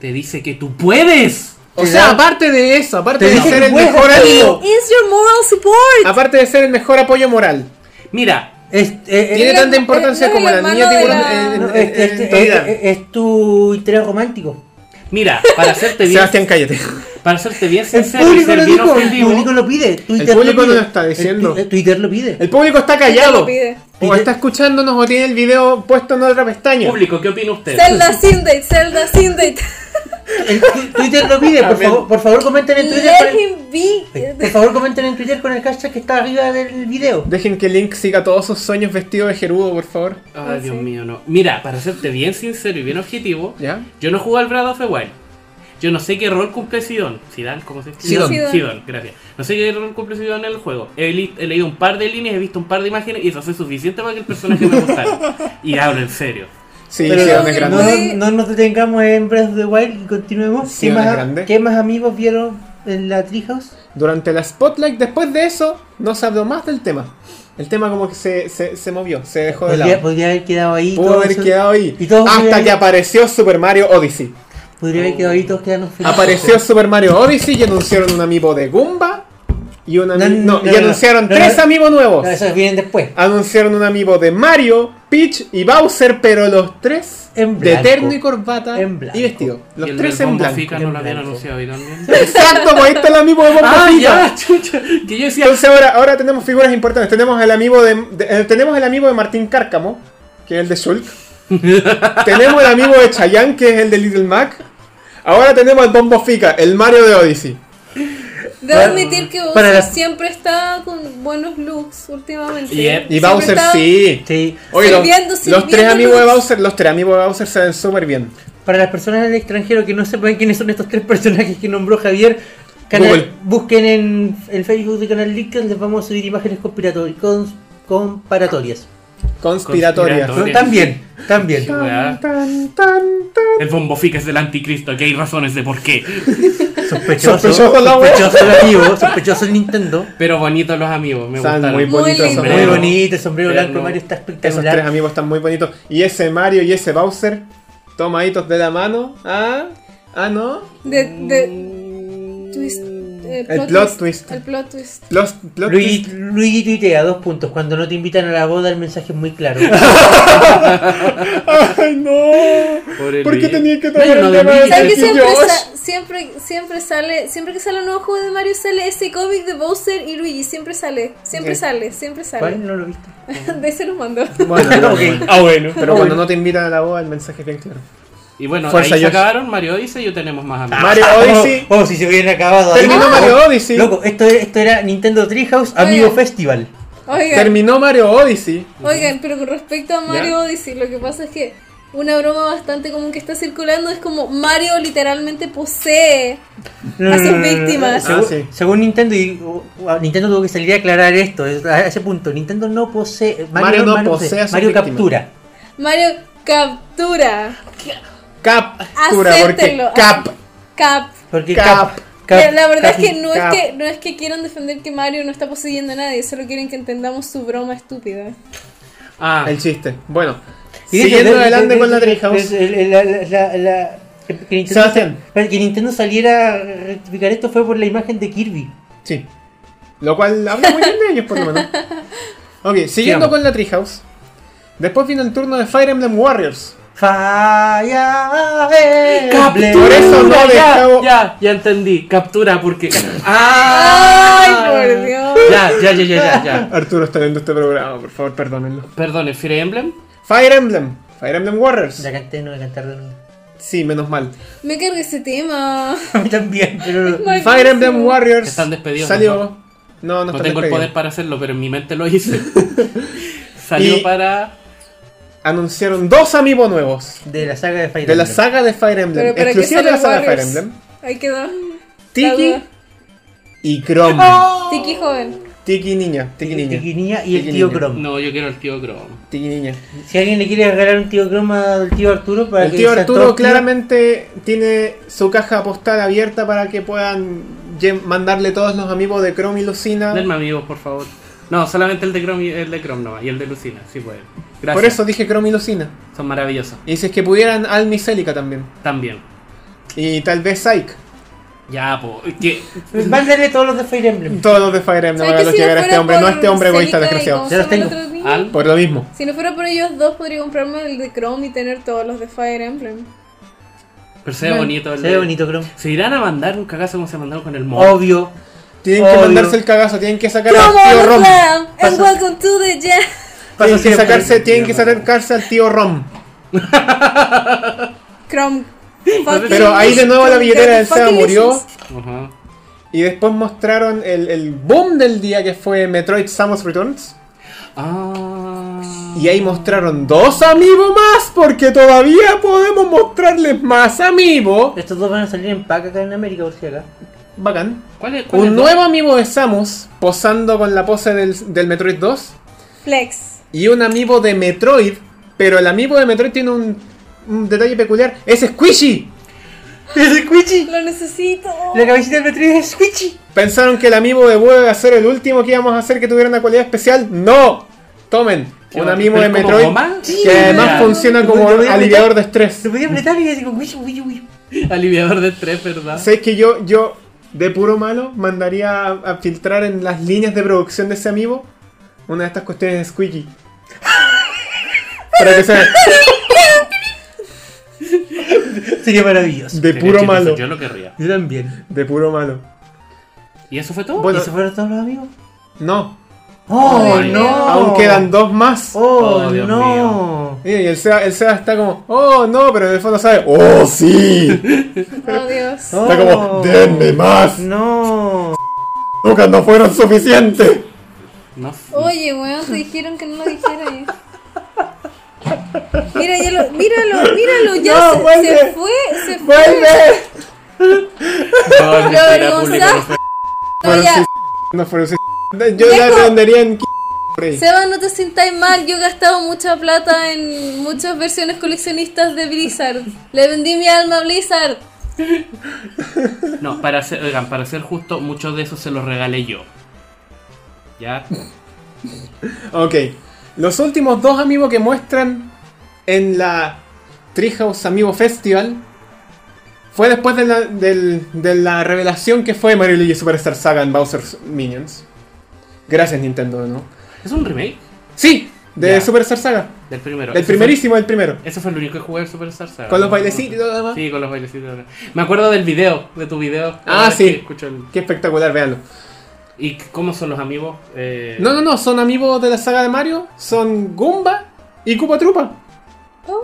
S2: te dice que tú puedes.
S3: O
S4: Te
S3: sea,
S4: da-
S3: aparte de eso, aparte
S4: te
S3: de
S4: dice
S3: ser
S4: que
S3: el
S4: puedes
S3: mejor
S4: hacerlo.
S3: amigo,
S5: It's your moral support.
S3: aparte de ser el mejor apoyo moral,
S2: Mira,
S4: Es, eh,
S3: tiene
S4: eh,
S5: Era-
S3: tanta importancia
S5: no
S3: como
S5: era
S3: la
S5: el
S3: niña
S5: hermano de
S3: tiburón
S5: la-
S3: en-
S4: no,
S3: en-
S4: es, este, eh, es-
S3: en
S4: es-
S3: Navidad.
S4: es- es tu interés romántico.
S2: mira, para
S4: [laughs] eh,
S2: hacerte bien,
S3: Sebastián, cállate.
S2: para hacerte bien
S4: El
S2: sincero y
S4: público
S2: ser
S4: lo
S2: bien
S4: dijo, el
S2: objetivo,
S4: público lo pide. Twitter
S3: público
S4: lo
S3: no
S4: pide.
S3: lo está
S4: El tu-
S3: diciendo.
S4: el Twitter lo pide.
S3: El público está
S5: Te
S3: callado.
S5: lo pide.
S3: O está escuchándonos o tiene el video puesto en otra pestaña.
S2: público, ¿qué opina usted?
S5: Zelda Sindate,
S3: [laughs]
S5: Zelda Sindate.
S4: El tu- Twitter lo pide. Por
S3: Amén.
S4: favor, por favor, comenten en Twitter. con
S5: Let
S4: el-
S5: him be. Eh,
S4: por favor, comenten en Twitter con el hashtag que está arriba del video.
S3: Dejen que Link siga todos sus sueños vestido de Gerudo, por favor.
S2: Ay,
S5: Ah,
S2: Dios
S5: sí.
S2: mío, no. Mira, para serte bien sincero y bien objetivo,
S3: ¿Ya?
S2: yo no jugué al Breath of the Wild. Yo no sé qué rol cumple Sidon. ¿Sidon? ¿Cómo se dice?
S4: Sidon.
S5: Sidon.
S2: gracias. No sé qué rol cumple Sidon en el juego. He, li- he leído un par de líneas, he visto un par de imágenes y eso fue suficiente para que el personaje me
S3: [laughs]
S2: gustara. y hablo en serio.
S3: Sí,
S4: Pero
S3: Sion
S5: no,
S3: es grande.
S4: no, no nos detengamos en Breath of the Wild y continuemos.
S3: Sí,
S4: ¿Qué
S3: una
S4: más,
S3: grande.
S4: ¿Qué más amigos vieron en la Treehouse?
S3: Durante la Spotlight, después de eso, no se habló más del tema. El tema como que se, se, se movió, se dejó de
S4: Podría,
S3: lado.
S4: podría haber quedado ahí.
S3: Pudo
S4: todos
S3: haber
S4: son-
S3: quedado ahí.
S4: y todos
S3: Hasta
S4: hubieran-
S3: que apareció Super Mario Odyssey.
S4: Podría haber quedado ahí, todos quedaron felices.
S3: Apareció Super Mario Odyssey y anunciaron un amiibo de Goomba. Y, un ami- no,
S4: No, no,
S3: y
S4: no,
S3: anunciaron
S4: no,
S3: tres
S4: no.
S3: amigos nuevos.
S4: No, esos vienen después.
S3: Anunciaron un amiibo de Mario, Peach y Bowser, pero los tres
S4: En
S3: de
S4: blanco.
S3: eterno y corbata
S4: En blanco.
S3: y vestido.
S2: y
S3: Los
S2: el
S3: tres
S2: del
S3: en
S2: Bombo
S3: blanco.
S2: Fica no lo
S4: en
S2: habían
S4: blanco.
S2: anunciado ahí
S3: [laughs]
S2: también.
S3: Exacto, pues ahí está el amiibo de Bombo
S2: ¡Ah,
S3: Fica.
S2: ya! Chucha. Que yo decía.
S3: Entonces ahora, ahora tenemos figuras importantes. Tenemos el amigo de, de- eh, tenemos el amigo de Martín Cárcamo, que es el
S2: [laughs]
S3: de Shulk. tenemos el amigo de Chayanne, que es el de Little Mac. Ahora tenemos al Bombo Fica, el Mario de Odyssey.
S5: Debo admitir que Bowser
S4: para la-
S5: siempre está con buenos looks últimamente.
S2: Yep.
S3: Y
S5: Siempre
S3: Bowser
S5: está-
S3: sí.
S4: Sí.
S3: Oye, los,
S5: Sirviendo,
S3: los
S5: sirviendo
S3: tres amigos de
S5: looks.
S3: Bowser, los tres amigos de Bowser se ven súper bien.
S4: Para las personas del extranjero que no sepan quiénes son estos tres personajes que nombró Javier, canal-
S3: Google.
S4: busquen en el Facebook de Canal Lickers, les vamos a subir imágenes conspiratori- cons- comparatorias.
S3: Conspiratorias.
S4: No, también,
S3: [laughs]
S4: también.
S2: Qué ¿eh? weá.
S3: Tan, tan, tan, tan.
S2: El Bombo Fica es del anticristo, que hay razones de por qué.
S4: Sospechoso,
S3: Sospechoso la wea.
S4: sospechoso el amigo, sospechoso
S3: [laughs]
S4: el Nintendo.
S2: Pero bonitos los amigos, me
S3: Están
S2: gustaron.
S3: muy bonitos. esos
S5: Muy
S4: Muy
S3: amigos.
S4: bonito, el sombrero
S2: Pero
S4: blanco de
S2: no.
S4: Mario está
S3: Esos tres
S4: espectacular.
S3: amigos están muy bonitos. Y ese Mario y ese Bowser, tomaditos de la mano. Ah, ah, no.
S5: De, de twist, eh,
S3: El plot twist.
S5: El plot twist.
S3: Los, plot
S4: Luigi,
S3: twist.
S4: Luigi tuitea dos puntos. Cuando no te invitan a la boda, el mensaje es
S3: [laughs]
S4: muy claro.
S3: Ay, no.
S2: Pobre
S3: ¿Por qué
S2: Luigi.
S3: tenía que
S2: No,
S3: tocar
S2: no,
S3: el
S2: de
S3: tema
S2: Luigi,
S3: de
S5: ¿Sabes que
S2: Pero
S3: Luigi
S5: siempre,
S3: Josh?
S5: sa- siempre, siempre sale, siempre que sale un nuevo juego de Mario sale ese cómic de Bowser y Luigi, siempre sale, siempre
S3: Sí.
S5: sale, siempre sale.
S4: ¿Cuál? No lo viste.
S5: [laughs] De ese lo mandó.
S3: Bueno, bueno,
S4: Ok.
S3: bueno.
S2: Ah, bueno.
S3: Pero cuando no te invitan a la boda, el mensaje es bien claro.
S2: Y bueno,
S3: Fuerza,
S2: ahí se
S3: Josh.
S2: acabaron Mario Odyssey y yo tenemos más amigos.
S3: Mario Odyssey.
S4: Oh, oh, si se hubiera acabado.
S3: Ah.
S4: ahí.
S3: Terminó Mario Odyssey.
S4: Loco, esto, esto era Nintendo Treehouse Amigo
S5: Oigan.
S4: Festival.
S5: Oigan,
S3: Terminó Mario Odyssey.
S5: oigan, pero con respecto a Mario Odyssey, lo que pasa es que una broma bastante común que está circulando es como Mario literalmente posee. A sus víctimas.
S4: Según,
S3: Ah, sí.
S4: según Nintendo, y, uh, uh, Nintendo tuvo que salir a aclarar esto, es- a ese punto. Nintendo no posee. eh,
S3: Mario no posee a sus
S4: Mario
S3: víctimas.
S4: captura.
S5: Mario captura.
S3: Captura, porque
S5: Acéptenlo.
S3: Cap.
S5: Cap.
S4: Porque
S3: Cap.
S4: cap-
S5: la verdad
S4: cap-
S5: es que no
S3: cap.
S5: es que no es que quieran defender que Mario no está poseyendo a nadie, solo quieren que entendamos su broma estúpida.
S2: Ah,
S3: El chiste. Bueno.
S4: Y de-
S3: Siguiendo
S4: de-
S3: adelante
S4: de-
S3: con la
S4: de-
S3: Treehouse.
S4: de- de- la- la- la- la- que- que Nintendo-
S3: Sebastián.
S4: para Que Nintendo saliera a rectificar esto fue por la imagen de Kirby.
S3: Sí. Lo cual habla muy bien de ellos, por lo menos. Ok, siguiendo
S2: Sigamos.
S3: con la Treehouse. Después vino el turno de Fire Emblem Warriors.
S4: Falla.
S3: Por eso
S2: ya,
S3: no dejamos-
S2: ya, ya entendí. Captura porque.
S5: Ay,
S2: ¡Ah!
S5: por Dios.
S2: Ya, ya, ya, ya, ya. ya.
S3: Arturo está viendo este programa, por favor, perdónenlo.
S2: Perdón, ¿es Fire Emblem?
S3: Fire Emblem. Fire Emblem Warriors.
S4: La canté, no voy a cantar de nuevo. [laughs]
S3: Sí, menos mal.
S5: Me carga
S3: [laughs]
S5: ese tema.
S4: A mí también, pero.
S3: Fire Emblem Warriors.
S2: Están despedidos,
S3: Salió. No, no,
S2: No,
S3: están
S2: tengo el
S3: despedidos.
S2: poder para hacerlo, pero en mi mente lo
S3: [laughs]
S2: hice. Salió
S3: Y-
S2: para.
S3: Anunciaron dos amigos nuevos.
S4: De la saga de Fire
S3: De la
S4: Emblem.
S3: saga de Fire Emblem.
S5: Pero para qué
S3: Exclusiva de la
S5: sale
S3: saga de Fire
S5: Warriors.
S3: Emblem.
S5: Ahí quedó.
S3: Tiki
S5: La duda. ¡Oh!
S3: y Chrome.
S5: Tiki joven.
S3: Tiki niña. Tiki niña.
S4: Tiki Niña y el
S3: Tiki
S4: tío
S3: Niña.
S4: Chrome.
S2: No, yo quiero el tío Chrome.
S3: Tiki niña.
S4: Si alguien le quiere regalar un tío croma al tío Arturo para
S3: El
S4: que
S3: tío
S4: sea
S3: Arturo
S4: todo
S3: claramente tiene su caja postal abierta para que puedan lle- mandarle todos los amigos de Chrome y Lucina.
S2: Denme amigos, por favor. No, solamente el de Chrome, y- el de Chrome nomás, y el de Lucina, sí pueden. Gracias.
S3: Por eso dije Chrome y Lucina.
S2: Son maravillosos.
S3: Y si es que pudieran Almi y Celica también.
S2: También.
S3: Y tal vez Psyche.
S2: Ya, po. que-
S4: tío. Mándale todos los de Fire Emblem.
S3: Todos los de Fire Emblem,
S5: ¿Sabes que
S3: hágalos
S5: si no
S3: llegar a este
S5: fuera
S3: hombre, no a
S5: por
S3: este hombre egoísta
S5: Celica y
S3: desgraciado.
S5: cómo
S4: Ya los
S5: se llama el
S4: tengo. ¿Ah?
S5: otro niño?
S2: Al.
S3: Por lo mismo.
S5: Si no fuera por ellos dos, podría comprarme el de Chrome y tener todos los de Fire Emblem.
S2: Pero se ve bonito el
S4: Se ve
S2: de-
S4: bonito, Chrome.
S2: Se irán a mandar un cagazo como se mandaron con
S3: Oh.
S2: el mod.
S4: Obvio.
S3: Tienen que
S4: Obvio.
S3: mandarse el cagazo, tienen que sacar
S5: Come
S3: al tío
S5: on,
S3: Rom.
S5: Clown, and
S4: Pasa.
S5: welcome to the jam.
S4: Pasa
S3: Tienen que,
S4: siempre.
S3: sacarse, tienen que sacarse al tío Rom.
S5: Chrome.
S3: Pero ahí de nuevo la
S5: Chrome
S3: billetera del
S5: Chrome
S3: SEA
S5: fucking
S3: murió.
S5: listens.
S2: Ajá.
S3: Y después mostraron el, el boom del día que fue Metroid Samus Returns.
S2: Ah.
S3: Y ahí mostraron dos amigos más, porque todavía podemos mostrarles más amigos.
S4: Estos dos van a salir en pack acá en América, por si acá. [laughs]
S3: Bacán.
S2: ¿Cuál es? cuál es
S3: Un
S2: la-
S3: nuevo amigo de Samus posando con la pose del, del Metroid 2.
S5: Flex.
S3: Y un amigo de Metroid, pero el amigo de Metroid tiene un, un detalle peculiar. ¡Es Squishy!
S4: ¡Es Squishy!
S5: Lo necesito.
S4: La cabecita del Metroid es Squishy.
S3: Pensaron que el amigo de Bue iba a ser el último que íbamos a hacer que tuviera una cualidad especial. ¡No! Tomen,
S2: ¿Qué
S3: un
S2: va-
S3: amigo
S2: pero
S3: de
S2: es como
S3: Metroid
S2: goma?
S3: que además
S2: Ya.
S3: funciona como
S4: Lo voy a
S3: aliviador de
S4: Se
S3: estrés.
S4: podía apretar y así como Wish, wish, wish.
S2: Aliviador de estrés, ¿verdad?
S3: ¿Sabes que yo, yo, de puro malo, mandaría a, a filtrar en las líneas de producción de ese amigo una de estas cuestiones de Squeaky? Para que sea
S4: Sería maravilloso.
S3: de
S2: Sería
S3: puro
S2: chistoso,
S3: malo.
S2: Yo lo querría.
S4: Yo también.
S3: De puro malo.
S2: ¿Y eso fue todo?
S3: Bueno,
S4: ¿Y se fueron todos los amigos?
S3: No,
S4: ¡Oh,
S2: Ay,
S4: no!
S3: aún quedan dos más.
S4: ¡Oh,
S2: Oh, Dios
S4: no!
S3: Y el Seba, el Seba está como, oh no, pero en el fondo sabe, oh sí.
S5: Oh, Dios.
S4: Oh.
S3: Está como, denme más.
S4: ¡No!
S3: Nunca no fueron suficientes.
S2: No f-
S5: Oye, weón, te dijeron que no lo dijera eh. Mira, ya lo, míralo, míralo, ya
S3: No,
S5: se,
S3: vuelve.
S5: se fue, se fue.
S3: ¡Vuelve!
S2: no, no,
S5: Lo
S2: era público, no
S5: avergonzaste.
S2: fue-
S5: No, ya.
S3: No fueron suficientes. Yo la
S5: Viejo.
S3: redondearía en qu- rey.
S5: Seba, no te sintáis mal, yo he gastado mucha plata en muchas versiones coleccionistas de Blizzard. Le vendí mi alma a Blizzard.
S2: No, para ser, oigan, para ser justo, muchos de esos se los regalé yo. ¿Ya?
S3: Ok. Los últimos dos amigos que muestran en la Treehouse Amigo Festival fue después de la, del- de la revelación que fue Mario y Luigi Superstar Saga en Bowser's Minions. Gracias, Nintendo, ¿no?
S2: ¿Es un remake?
S3: Sí, de
S2: Ya.
S3: Superstar Saga.
S2: Del primero.
S3: El
S2: Ese
S3: primerísimo, el primero.
S2: fue- Ese fue el único que jugué al Superstar Saga.
S3: Con los bailecitos y todo lo demás.
S2: Sí, con los bailecitos. Me acuerdo del video, de tu video.
S3: Ah, sí.
S2: que escucho el-
S3: Qué espectacular, véanlo.
S2: ¿Y cómo son los amigos? Eh,
S3: No, no, no, son amigos de la saga de Mario, son Goomba y Koopa Troopa.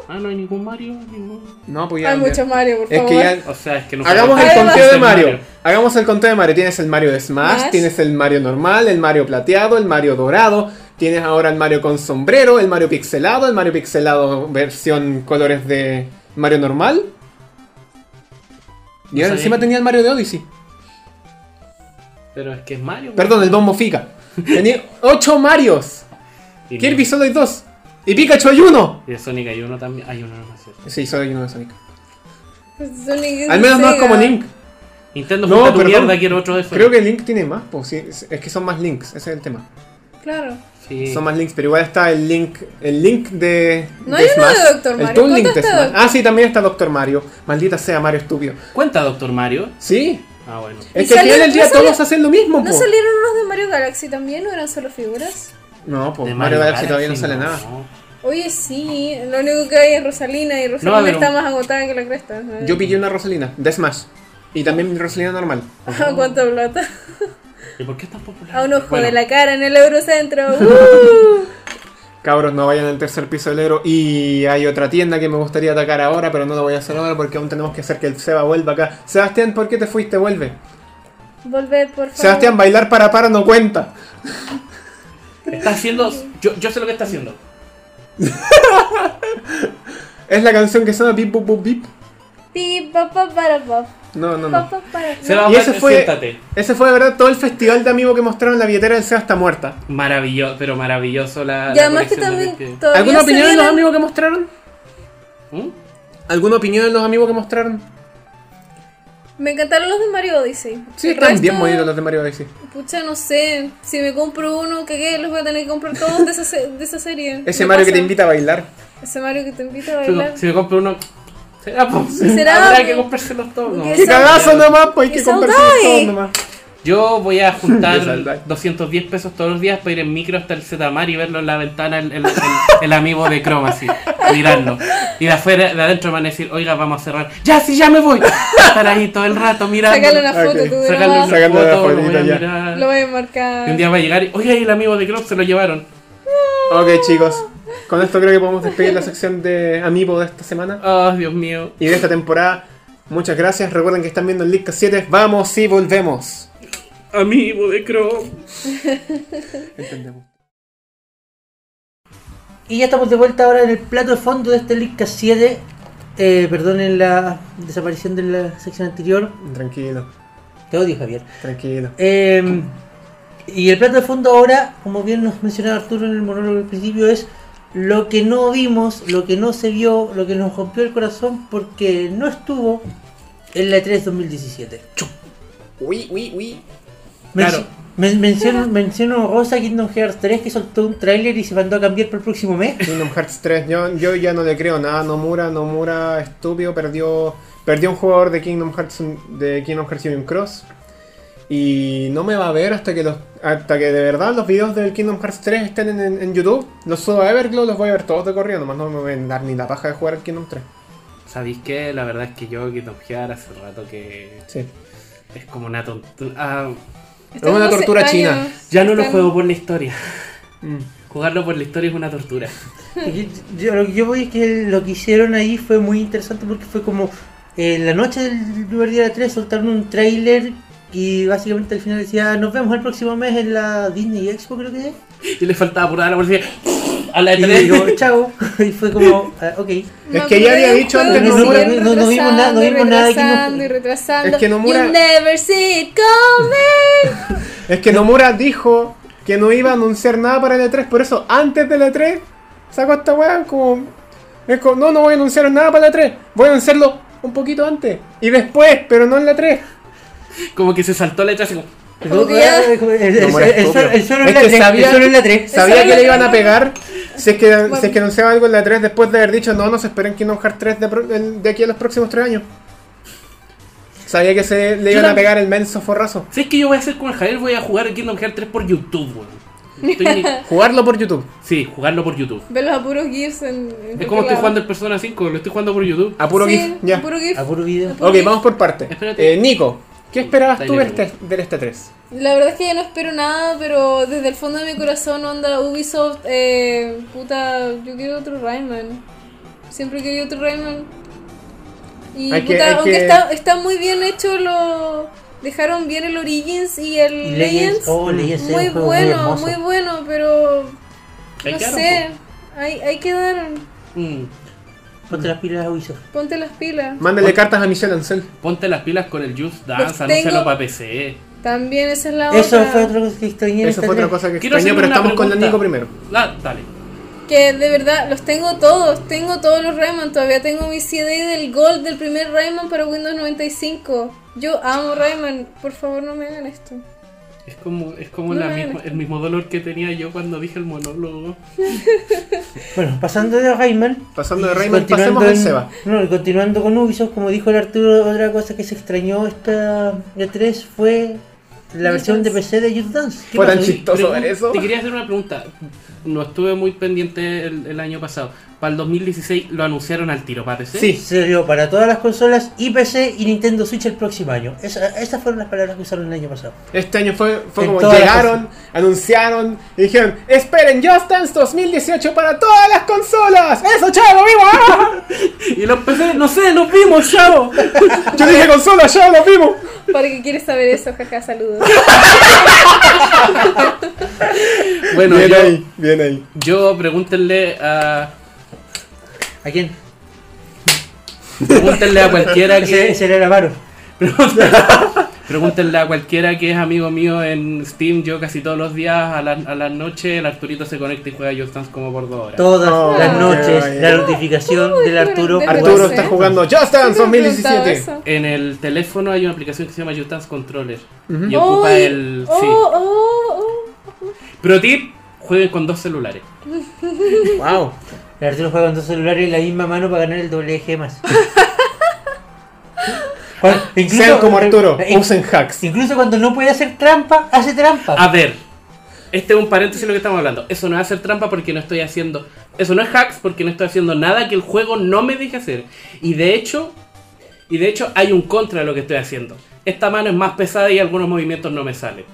S2: Ah, no hay ningún Mario. ningún-
S3: No, pues ya.
S5: Hay
S3: ya-
S5: mucho Mario, por
S3: Es
S5: favor.
S3: que ya.
S2: O sea, es que no
S3: Hagamos el
S5: Además-
S3: conteo de Mario. Hagamos el conteo de Mario. Tienes el Mario de Smash,
S5: Smash.
S3: tienes el Mario normal, el Mario plateado, el Mario dorado. Tienes ahora el Mario con sombrero, el Mario pixelado, el Mario pixelado versión colores de Mario normal. Y
S2: No
S3: ahora
S2: sabía
S3: encima
S2: que-
S3: tenía el Mario de Odyssey.
S2: Pero es que es Mario.
S3: Perdón, el Bombo Fica. Tenía 8 Marios.
S2: Y-
S3: Kirby solo hay 2. Y Pikachu hay 1.
S2: Y de Sonic hay uno también. Hay uno, no me acuerdo.
S3: Sí, solo hay uno de Sonic.
S5: Sonic es
S3: Al menos no es
S5: Sega.
S3: como Link.
S2: Nintendo
S3: No,
S2: no, tu
S3: perdón.
S2: mierda, quiero otro de Sonic.
S3: Creo que Link tiene más, po, sí, es es que son más links, ese es el tema.
S5: Claro.
S2: Sí.
S3: Son más links, pero igual está el link, el link de,
S5: No
S3: de
S5: hay uno de Dr.
S3: el Toon
S5: Mario, ¿cuánto
S3: Link de
S5: está
S3: Smash.
S5: Doc-
S3: Ah, sí, también está Doctor Mario. Maldita sea Mario estúpido.
S2: ¿Cuenta Doctor Mario?
S3: Sí,
S2: Ah, bueno.
S3: es
S5: ¿Y
S3: que al
S5: salió-
S3: final del
S5: no
S3: día
S5: salió-
S3: todos hacen lo mismo,
S5: ¿No
S3: po.
S5: salieron unos de Mario Galaxy también o eran solo figuras?
S3: No, pues Mario Galaxy todavía no sale nada.
S5: Oye, sí, lo único que hay es Rosalina y
S2: No, a
S5: Rosalina
S2: ver,
S5: está
S2: un-
S5: más agotada que la cresta. [laughs]
S3: Yo pillé una Rosalina de Smash y también mi Rosalina normal.
S5: ¿A cuánto Ah, plata?
S2: ¿Y por qué es tan popular?
S5: A un ojo
S2: Bueno,
S5: Ah, de la cara en el
S3: [laughs]
S5: Eurocentro. ¡Uh!
S3: Cabros, no vayan al tercer piso del Ebro. Y hay otra tienda que me gustaría atacar ahora, pero no lo voy a hacer ahora porque aún tenemos que hacer que el Seba vuelva acá. Sebastián, ¿por qué te fuiste? Vuelve.
S5: Volver, por favor.
S3: Sebastián, bailar para para no cuenta.
S2: Está haciendo. Yo, yo sé lo que está haciendo.
S3: Es la canción que suena Bip Bup Bup Bip.
S5: Pi, pa, pa, para, pa,
S3: No, no,
S5: pa,
S3: no.
S5: pa, para,
S2: Se
S5: pa.
S2: va
S3: Y ese fue-
S2: siéntate.
S3: Ese fue de verdad todo el festival de amigos que mostraron la billetera del Seba está muerta.
S2: Maravilloso, pero maravilloso la.
S5: Y
S2: la
S5: además que
S2: colección de
S5: también
S2: Pete.
S5: todavía
S3: ¿Alguna
S5: se
S3: opinión de los
S5: vienen-
S3: amigos que mostraron?
S2: ¿Mm?
S3: ¿Alguna opinión de los amigos que mostraron?
S5: Me encantaron los de Mario Odyssey.
S3: Sí,
S5: El
S3: están
S5: resto,
S3: bien bonitos los de Mario Odyssey.
S5: Pucha, no sé. Si me compro uno, que qué, los voy a tener que comprar todos de esa, se- de esa serie.
S3: Ese
S5: Me
S3: Mario que
S5: pasa.
S3: te invita a bailar.
S5: Ese Mario que te invita a
S2: Si
S5: bailar.
S2: me- Si me compro uno. Será, pues.
S5: Será,
S2: Habrá
S5: pues.
S2: que comprárselos todos. ¿no?
S5: Que
S3: ¡Qué
S5: Eso-
S3: cagazo nomás! Pues hay
S5: ¡Qué
S3: que comprarse
S5: saudade!
S3: todos nomás.
S2: Yo voy
S3: [laughs]
S2: a
S3: Qué
S2: juntar
S3: saldai.
S2: 210 pesos todos los días para ir en micro hasta el Zetamar y verlo en la ventana el, el, el- el amigo de Chroma así, mirarlo. Y de afuera, de adentro me van a decir, oiga, vamos a cerrar. Ya, sí, ya me voy. Estar ahí todo el rato mirando.
S5: Sácale una foto,
S3: Ok,
S5: tú de
S2: Sacarle una
S5: nomás.
S3: Sacarle la
S2: foto, lo voy a
S3: fotito ya.
S2: mirar.
S5: Lo voy a
S2: Y un
S5: marcar.
S2: día va a llegar y, oiga, y el amigo de Chroma se lo llevaron.
S3: Ok, chicos. Con esto creo que podemos despedir la sección de amigos de esta semana
S2: Oh, Dios mío.
S3: y de esta temporada. Muchas gracias. Recuerden que están viendo el Lista 7. ¡Vamos y volvemos!
S2: Amigo de Chrome.
S3: Entendemos.
S4: Y ya estamos de vuelta ahora en el plato de fondo de este Linkcast 7. Eh, perdonen la desaparición de la sección anterior.
S3: Tranquilo,
S4: Te odio, Javier.
S3: tranquilo.
S4: Eh, y el plato de fondo ahora, como bien nos mencionaba Arturo en el monólogo del principio, es lo que no vimos, lo que no se vio, lo que nos rompió el corazón porque no estuvo en la E E3 2017.
S3: Uy, uy, uy.
S2: Claro.
S4: Men- menciono, menciono Rosa Kingdom Hearts 3 que soltó un tráiler y se mandó a cambiar para el próximo mes.
S3: Kingdom Hearts 3, yo, yo ya no le creo nada, Nomura, Nomura, estúpido, perdió, perdió un jugador de Kingdom Hearts de Kingdom Hearts Union Cross. Y no me va a ver hasta que los hasta que de verdad los videos del Kingdom Hearts 3 estén en, en- en YouTube. Los subo a Everglow, los voy a ver todos de corrido, nomás no me voy a dar ni la paja de jugar al Kingdom 3.
S2: ¿Sabéis qué? La verdad es que yo Kingdom Hearts hace rato que
S3: Sí.
S2: es como una tontura. Ah,
S5: Están
S3: una
S5: doce
S3: tortura china.
S5: años,
S2: ya no lo
S5: están-
S2: juego por la historia. [laughs]
S3: Mm.
S2: Jugarlo por la historia es una tortura.
S4: Yo- yo- lo que yo voy es que lo que hicieron ahí fue muy interesante porque fue como eh, la noche del primer día de 3 soltaron un tráiler y básicamente al final decía nos vemos el próximo mes en la Disney Expo creo que es.
S2: Y le faltaba apurar a la policía. A la E
S4: Y
S2: E3.
S4: digo [laughs] chao y fue como ah, ok.
S5: Me
S3: Es que ya había
S5: acordé de
S3: dicho
S5: un
S3: antes
S5: juego que
S4: Nomura.
S5: siguen
S4: No, no, no vimos nada, no
S5: retrasando y
S4: vimos nada de Kingdom-
S5: retrasando y
S3: Es
S5: retrasando.
S3: que Nomura-
S5: You never see it coming.
S3: Es que Nomura dijo que no iba a anunciar nada para el E3, por eso antes del E3 sacó esta weá como, es como, No, no voy a anunciar nada para el E3, voy a anunciarlo un poquito antes y después, pero no en la E 3.
S2: [laughs] Como que se saltó la E3 así como.
S5: Como que ya-
S4: El- ah, el-
S3: Nomura es
S4: el- el-
S3: propio.
S4: el suelo
S3: Es
S4: en la
S3: que
S4: 3, el
S3: sabía-
S4: suelo en la 3.
S3: Sabía
S5: Esa
S3: que
S5: era
S3: le
S5: la
S3: iban a
S5: gran-
S3: pegar si es que, si es que
S5: Bueno.
S3: anunciaba algo en la 3 después de haber dicho no, no se esperen Kingdom Hearts 3 de, pro- el- de aquí a los próximos 3 años. Sabía que se le
S2: Yo
S3: iban a
S2: tam-
S3: pegar el menso forrazo.
S2: Si es que yo voy a hacer con el Javier, voy a jugar Kingdom Hearts 3 por YouTube, weón.
S5: [laughs]
S2: Estoy ni-
S3: Jugarlo por YouTube.
S2: Sí, jugarlo por YouTube.
S5: Ve los apuros GIFs en.
S2: Es
S5: en
S2: como estoy
S5: cualquier
S2: jugando
S5: lado.
S2: el Persona 5, lo estoy jugando por YouTube.
S3: A puro
S5: Sí,
S3: GIF. Ya.
S5: Apuro GIF.
S4: A puro video.
S5: puro
S3: Ok,
S5: GIF.
S3: vamos por parte.
S2: Espérate.
S3: Eh, Nico, ¿qué esperabas tú
S2: Dale,
S3: del este, del este 3?
S5: La verdad es que yo no espero nada, pero desde el fondo de mi corazón, onda Ubisoft, eh, puta, yo quiero otro Rayman. Siempre quería otro Rayman. Y
S3: Hay que-
S5: puta,
S3: hay
S5: aunque
S3: que-
S5: Está, está muy bien hecho, lo dejaron bien el Origins y el Legends.
S4: oh, Legends es
S5: muy
S4: un juego muy
S5: bueno,
S4: hermoso.
S5: muy, bueno, pero
S2: Ahí
S5: no
S2: quedaron,
S5: sé, ahí, ahí quedaron.
S2: po. Mm,
S4: Ponte las pilas Ubisoft.
S5: Ponte las pilas.
S3: Mándale cartas a Michelle Ancel.
S2: Ponte las pilas con el Just Dance,
S5: Los
S2: anúncialo
S5: tengo-
S2: para PC.
S5: También esa es la
S4: Eso
S5: otra.
S4: fue otra cosa que extrañé. en
S3: Eso
S4: esta
S3: fue otra
S4: 3.
S3: cosa que
S2: Quiero hacerle
S3: extrañó, pero
S2: una
S3: estamos con la
S2: pregunta.
S3: Nico primero.
S2: Ah, dale.
S5: Que de verdad los tengo todos, tengo todos los Rayman, todavía tengo mi CD del Gold del primer Rayman para Windows 95. Yo amo Rayman, por favor no me hagan esto.
S2: Es como, es como
S5: No,
S2: la
S5: no,
S2: misma-
S5: no.
S2: el mismo dolor que tenía yo cuando dije el monólogo.
S4: Bueno, pasando de Rayman.
S3: Pasando de
S4: y
S3: Rayman,
S4: continuando
S3: pasemos al
S4: en-
S3: Seba.
S4: No, y continuando con Ubisoft, como dijo el Arturo, otra cosa que se extrañó esta E3 fue la versión de PC de Just Dance. ¿Qué
S3: Fue tan
S4: pasó ahí?
S3: chistoso
S2: Pregun-
S3: ver eso.
S2: Te quería hacer una pregunta. No estuve muy pendiente el, el año pasado. Para el 2016 lo anunciaron al tiro para PC.
S3: Sí,
S4: Salió para todas las consolas y PC y Nintendo Switch el próximo año. Esa- esas fueron las palabras que usaron el año pasado.
S3: este año fue, fue
S4: En
S3: como
S4: todas las
S3: llegaron, anunciaron y dijeron: Esperen, Just Dance 2018 para todas las consolas. Eso, chavo,
S2: [laughs]
S3: vivo. ¡Ah!
S2: Y los PC, no sé, nos vimos,
S3: [laughs]
S2: chavo.
S3: Yo dije consola, ya lo vimos.
S5: Para el que quieres saber eso, jaja,
S3: [laughs]
S5: saludos.
S2: Bueno,
S3: bien
S2: yo,
S3: ahí, bien ahí.
S2: yo pregúntenle a.
S4: ¿A quién?
S2: Pregúntenle a cualquiera
S4: Ese,
S5: [laughs]
S2: que.
S4: ese era el avaro.
S2: Pregúntenle a cualquiera que es amigo mío en Steam. Yo casi todos los días a la, a la noche el Arturito se conecta y juega Just Dance como por dos horas.
S4: Todas
S3: Oh,
S4: las
S5: qué
S4: noches,
S3: bueno.
S4: la notificación del Arturo.
S5: Debe
S3: Arturo
S5: ser.
S3: está jugando Just Dance 2017.
S2: En el teléfono hay una aplicación que se llama Just Dance Controller.
S3: Ujú.
S2: Y ocupa
S5: Ay,
S2: el.
S5: Oh,
S2: sí.
S5: oh,
S2: Pro tip: jueguen con dos celulares.
S3: Wow.
S4: [laughs] El Arturo juega con dos celulares y la misma mano para ganar el doble
S3: [laughs]
S4: G más. Cuando- incluso-
S3: Sean como Arturo,
S4: eh,
S3: usen Ah. hacks.
S4: Incluso cuando no puede hacer trampa, hace trampa.
S2: A ver, este es un paréntesis de lo que estamos hablando. Eso no es hacer trampa porque no estoy haciendo. Eso no es hacks porque no estoy haciendo nada que el juego no me deje hacer. Y de hecho, y de hecho hay un contra de lo que estoy haciendo. Esta mano es más pesada y algunos movimientos no me salen.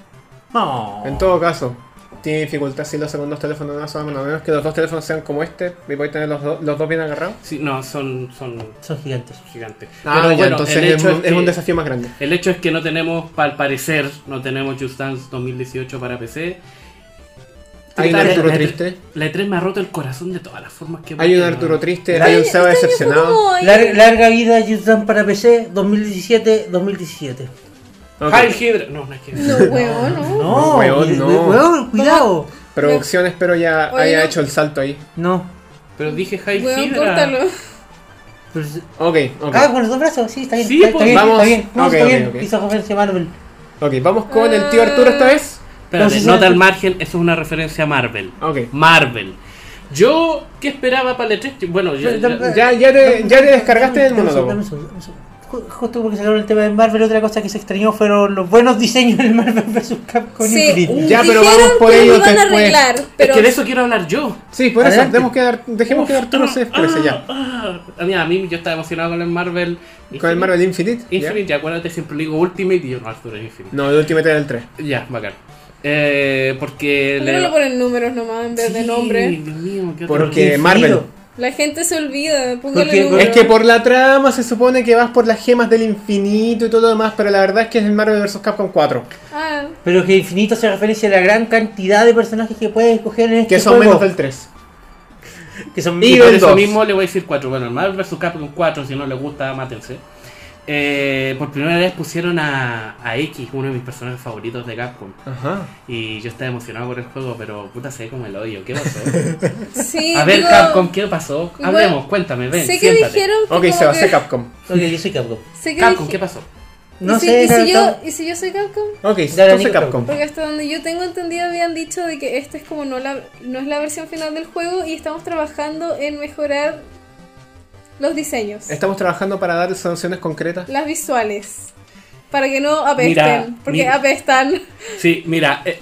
S4: No.
S3: En todo caso, tiene dificultad si lo hacen con dos teléfonos de una sola mano. A menos que los dos teléfonos sean como este y podéis tener los, do- los dos bien agarrados.
S2: Sí, no, son, son
S4: Son gigantes.
S2: gigantes.
S3: Ah,
S2: Pero
S3: ya,
S2: bueno,
S3: entonces
S2: el
S3: es,
S2: hecho
S3: un- es un
S2: que-
S3: desafío más grande.
S2: El hecho es que no tenemos, pa- al parecer, no tenemos Just Dance 2018 para PC.
S3: Hay un
S2: Está bien.
S3: Arturo triste.
S2: La E3 me ha roto el corazón de todas las formas que
S3: Hay un
S2: puede,
S3: Arturo
S2: ¿no?
S3: triste, hay un
S5: Este
S3: Seba
S5: año fue
S3: decepcionado.
S5: como el-
S4: Lar- larga vida Jutland para PC 2017-2017.
S3: Ok.
S2: Heil Hydra. No, no es que.
S5: No, weón, no.
S4: No,
S3: Weón,
S4: cuida-
S3: no.
S4: weón, cuidado.
S3: Producción espero ya
S5: Oye,
S3: haya
S5: no.
S3: hecho el salto ahí.
S4: No.
S2: Pero dije Heil
S5: Weón,
S2: Hydra.
S5: córtalo.
S4: Pero se-
S3: Ok, ok.
S4: Ah, con los dos brazos, sí, está bien.
S2: Sí,
S4: está,
S2: pues,
S4: está bien,
S3: vamos.
S4: está bien. No,
S3: Ok,
S4: está
S3: ok,
S4: bien.
S3: ok.
S4: Hizo referencia a Marvel.
S3: Ok, vamos con el tío Arturo esta vez.
S2: Espérate,
S4: No, sí,
S2: nota
S4: sí.
S2: al margen, eso es una referencia a Marvel.
S3: Ok.
S5: Ah.
S2: Marvel. Yo, ¿qué esperaba para el E3? Bueno, yo,
S4: Pero,
S2: yo-
S3: Ya, ya, te, Este, ya te descargaste
S4: Dame
S3: del
S4: un segundo,
S3: monólogo.
S4: dame un segundo, dame un segundo. Ju- Justo porque sacaron el tema de Marvel, otra cosa que se extrañó fueron los buenos diseños del Marvel vs. Capcom
S5: Sí. uh,
S4: Infinite.
S3: Ya, pero
S5: Dijeron
S3: vamos por
S5: que lo
S3: ello
S5: iban a
S3: después.
S5: arreglar, pero
S2: es que de eso quiero hablar yo.
S3: Sí, por eso,
S4: Adelante.
S3: dejemos que, Ar- dejemos que Arturo se exprese ya.
S2: Ah, ah. mira, a mí yo estaba emocionado con el Marvel.
S3: Con el Marvel Infinite. ¿ya?
S2: Ah. Infinite, ya acuérdate, siempre le digo Ultimate y yo no, Arturo Infinite.
S3: No, el último era el 3.
S2: Ya, bacán. Eh, porque
S5: ¿Por qué no le ponen números nomás en vez de
S2: Sí,
S5: nombre?
S2: Dios mío, qué horror.
S3: Porque
S4: Infinito.
S3: Marvel.
S5: La gente se olvida,
S4: Porque-
S5: póngale números.
S3: Es que por la trama se supone que vas por las gemas del infinito y todo lo demás, pero la verdad es que es el Marvel vs. Capcom 4.
S5: Ah,
S4: Pero que Infinito se referencia a la gran cantidad de personajes que puedes escoger en este
S3: Que son
S4: juego.
S3: menos del 3.
S4: Que son
S2: Y
S3: Y
S2: por
S3: del
S2: eso
S3: dos.
S2: mismo le voy a decir 4. Bueno, el Marvel vs. Capcom 4, si no les gusta, mátense. Eh, por primera vez pusieron a, a X, uno de mis personajes favoritos de Capcom.
S3: Ajá.
S2: Y yo estaba emocionado por el juego, pero puta sé como el odio. ¿Qué pasó?
S5: [laughs] sí,
S2: a ver,
S5: digo,
S2: Capcom, ¿qué pasó? Hablemos,
S5: igual-
S2: cuéntame, ven.
S5: sé que
S2: siéntate.
S5: dijeron que
S3: Ok,
S5: como
S3: se va a
S5: que-
S3: hacer Capcom.
S4: Ok, yo soy Capcom.
S5: sé que
S2: Capcom,
S5: dije-
S2: ¿qué pasó?
S4: No
S5: ¿Y, si,
S4: sé,
S5: y si yo,
S4: Capcom.
S5: ¿Y si yo soy Capcom?
S3: Ok,
S4: Dale,
S3: entonces
S4: Nico,
S3: Capcom.
S5: Porque hasta donde yo tengo entendido habían dicho de que esta es como no, la, no es la versión final del juego y estamos trabajando en mejorar los diseños,
S3: Estamos trabajando para dar sanciones concretas.
S5: las visuales, para que no apesten,
S2: Mira,
S5: porque
S2: mira.
S5: apestan. [laughs]
S2: Sí, mira, eh,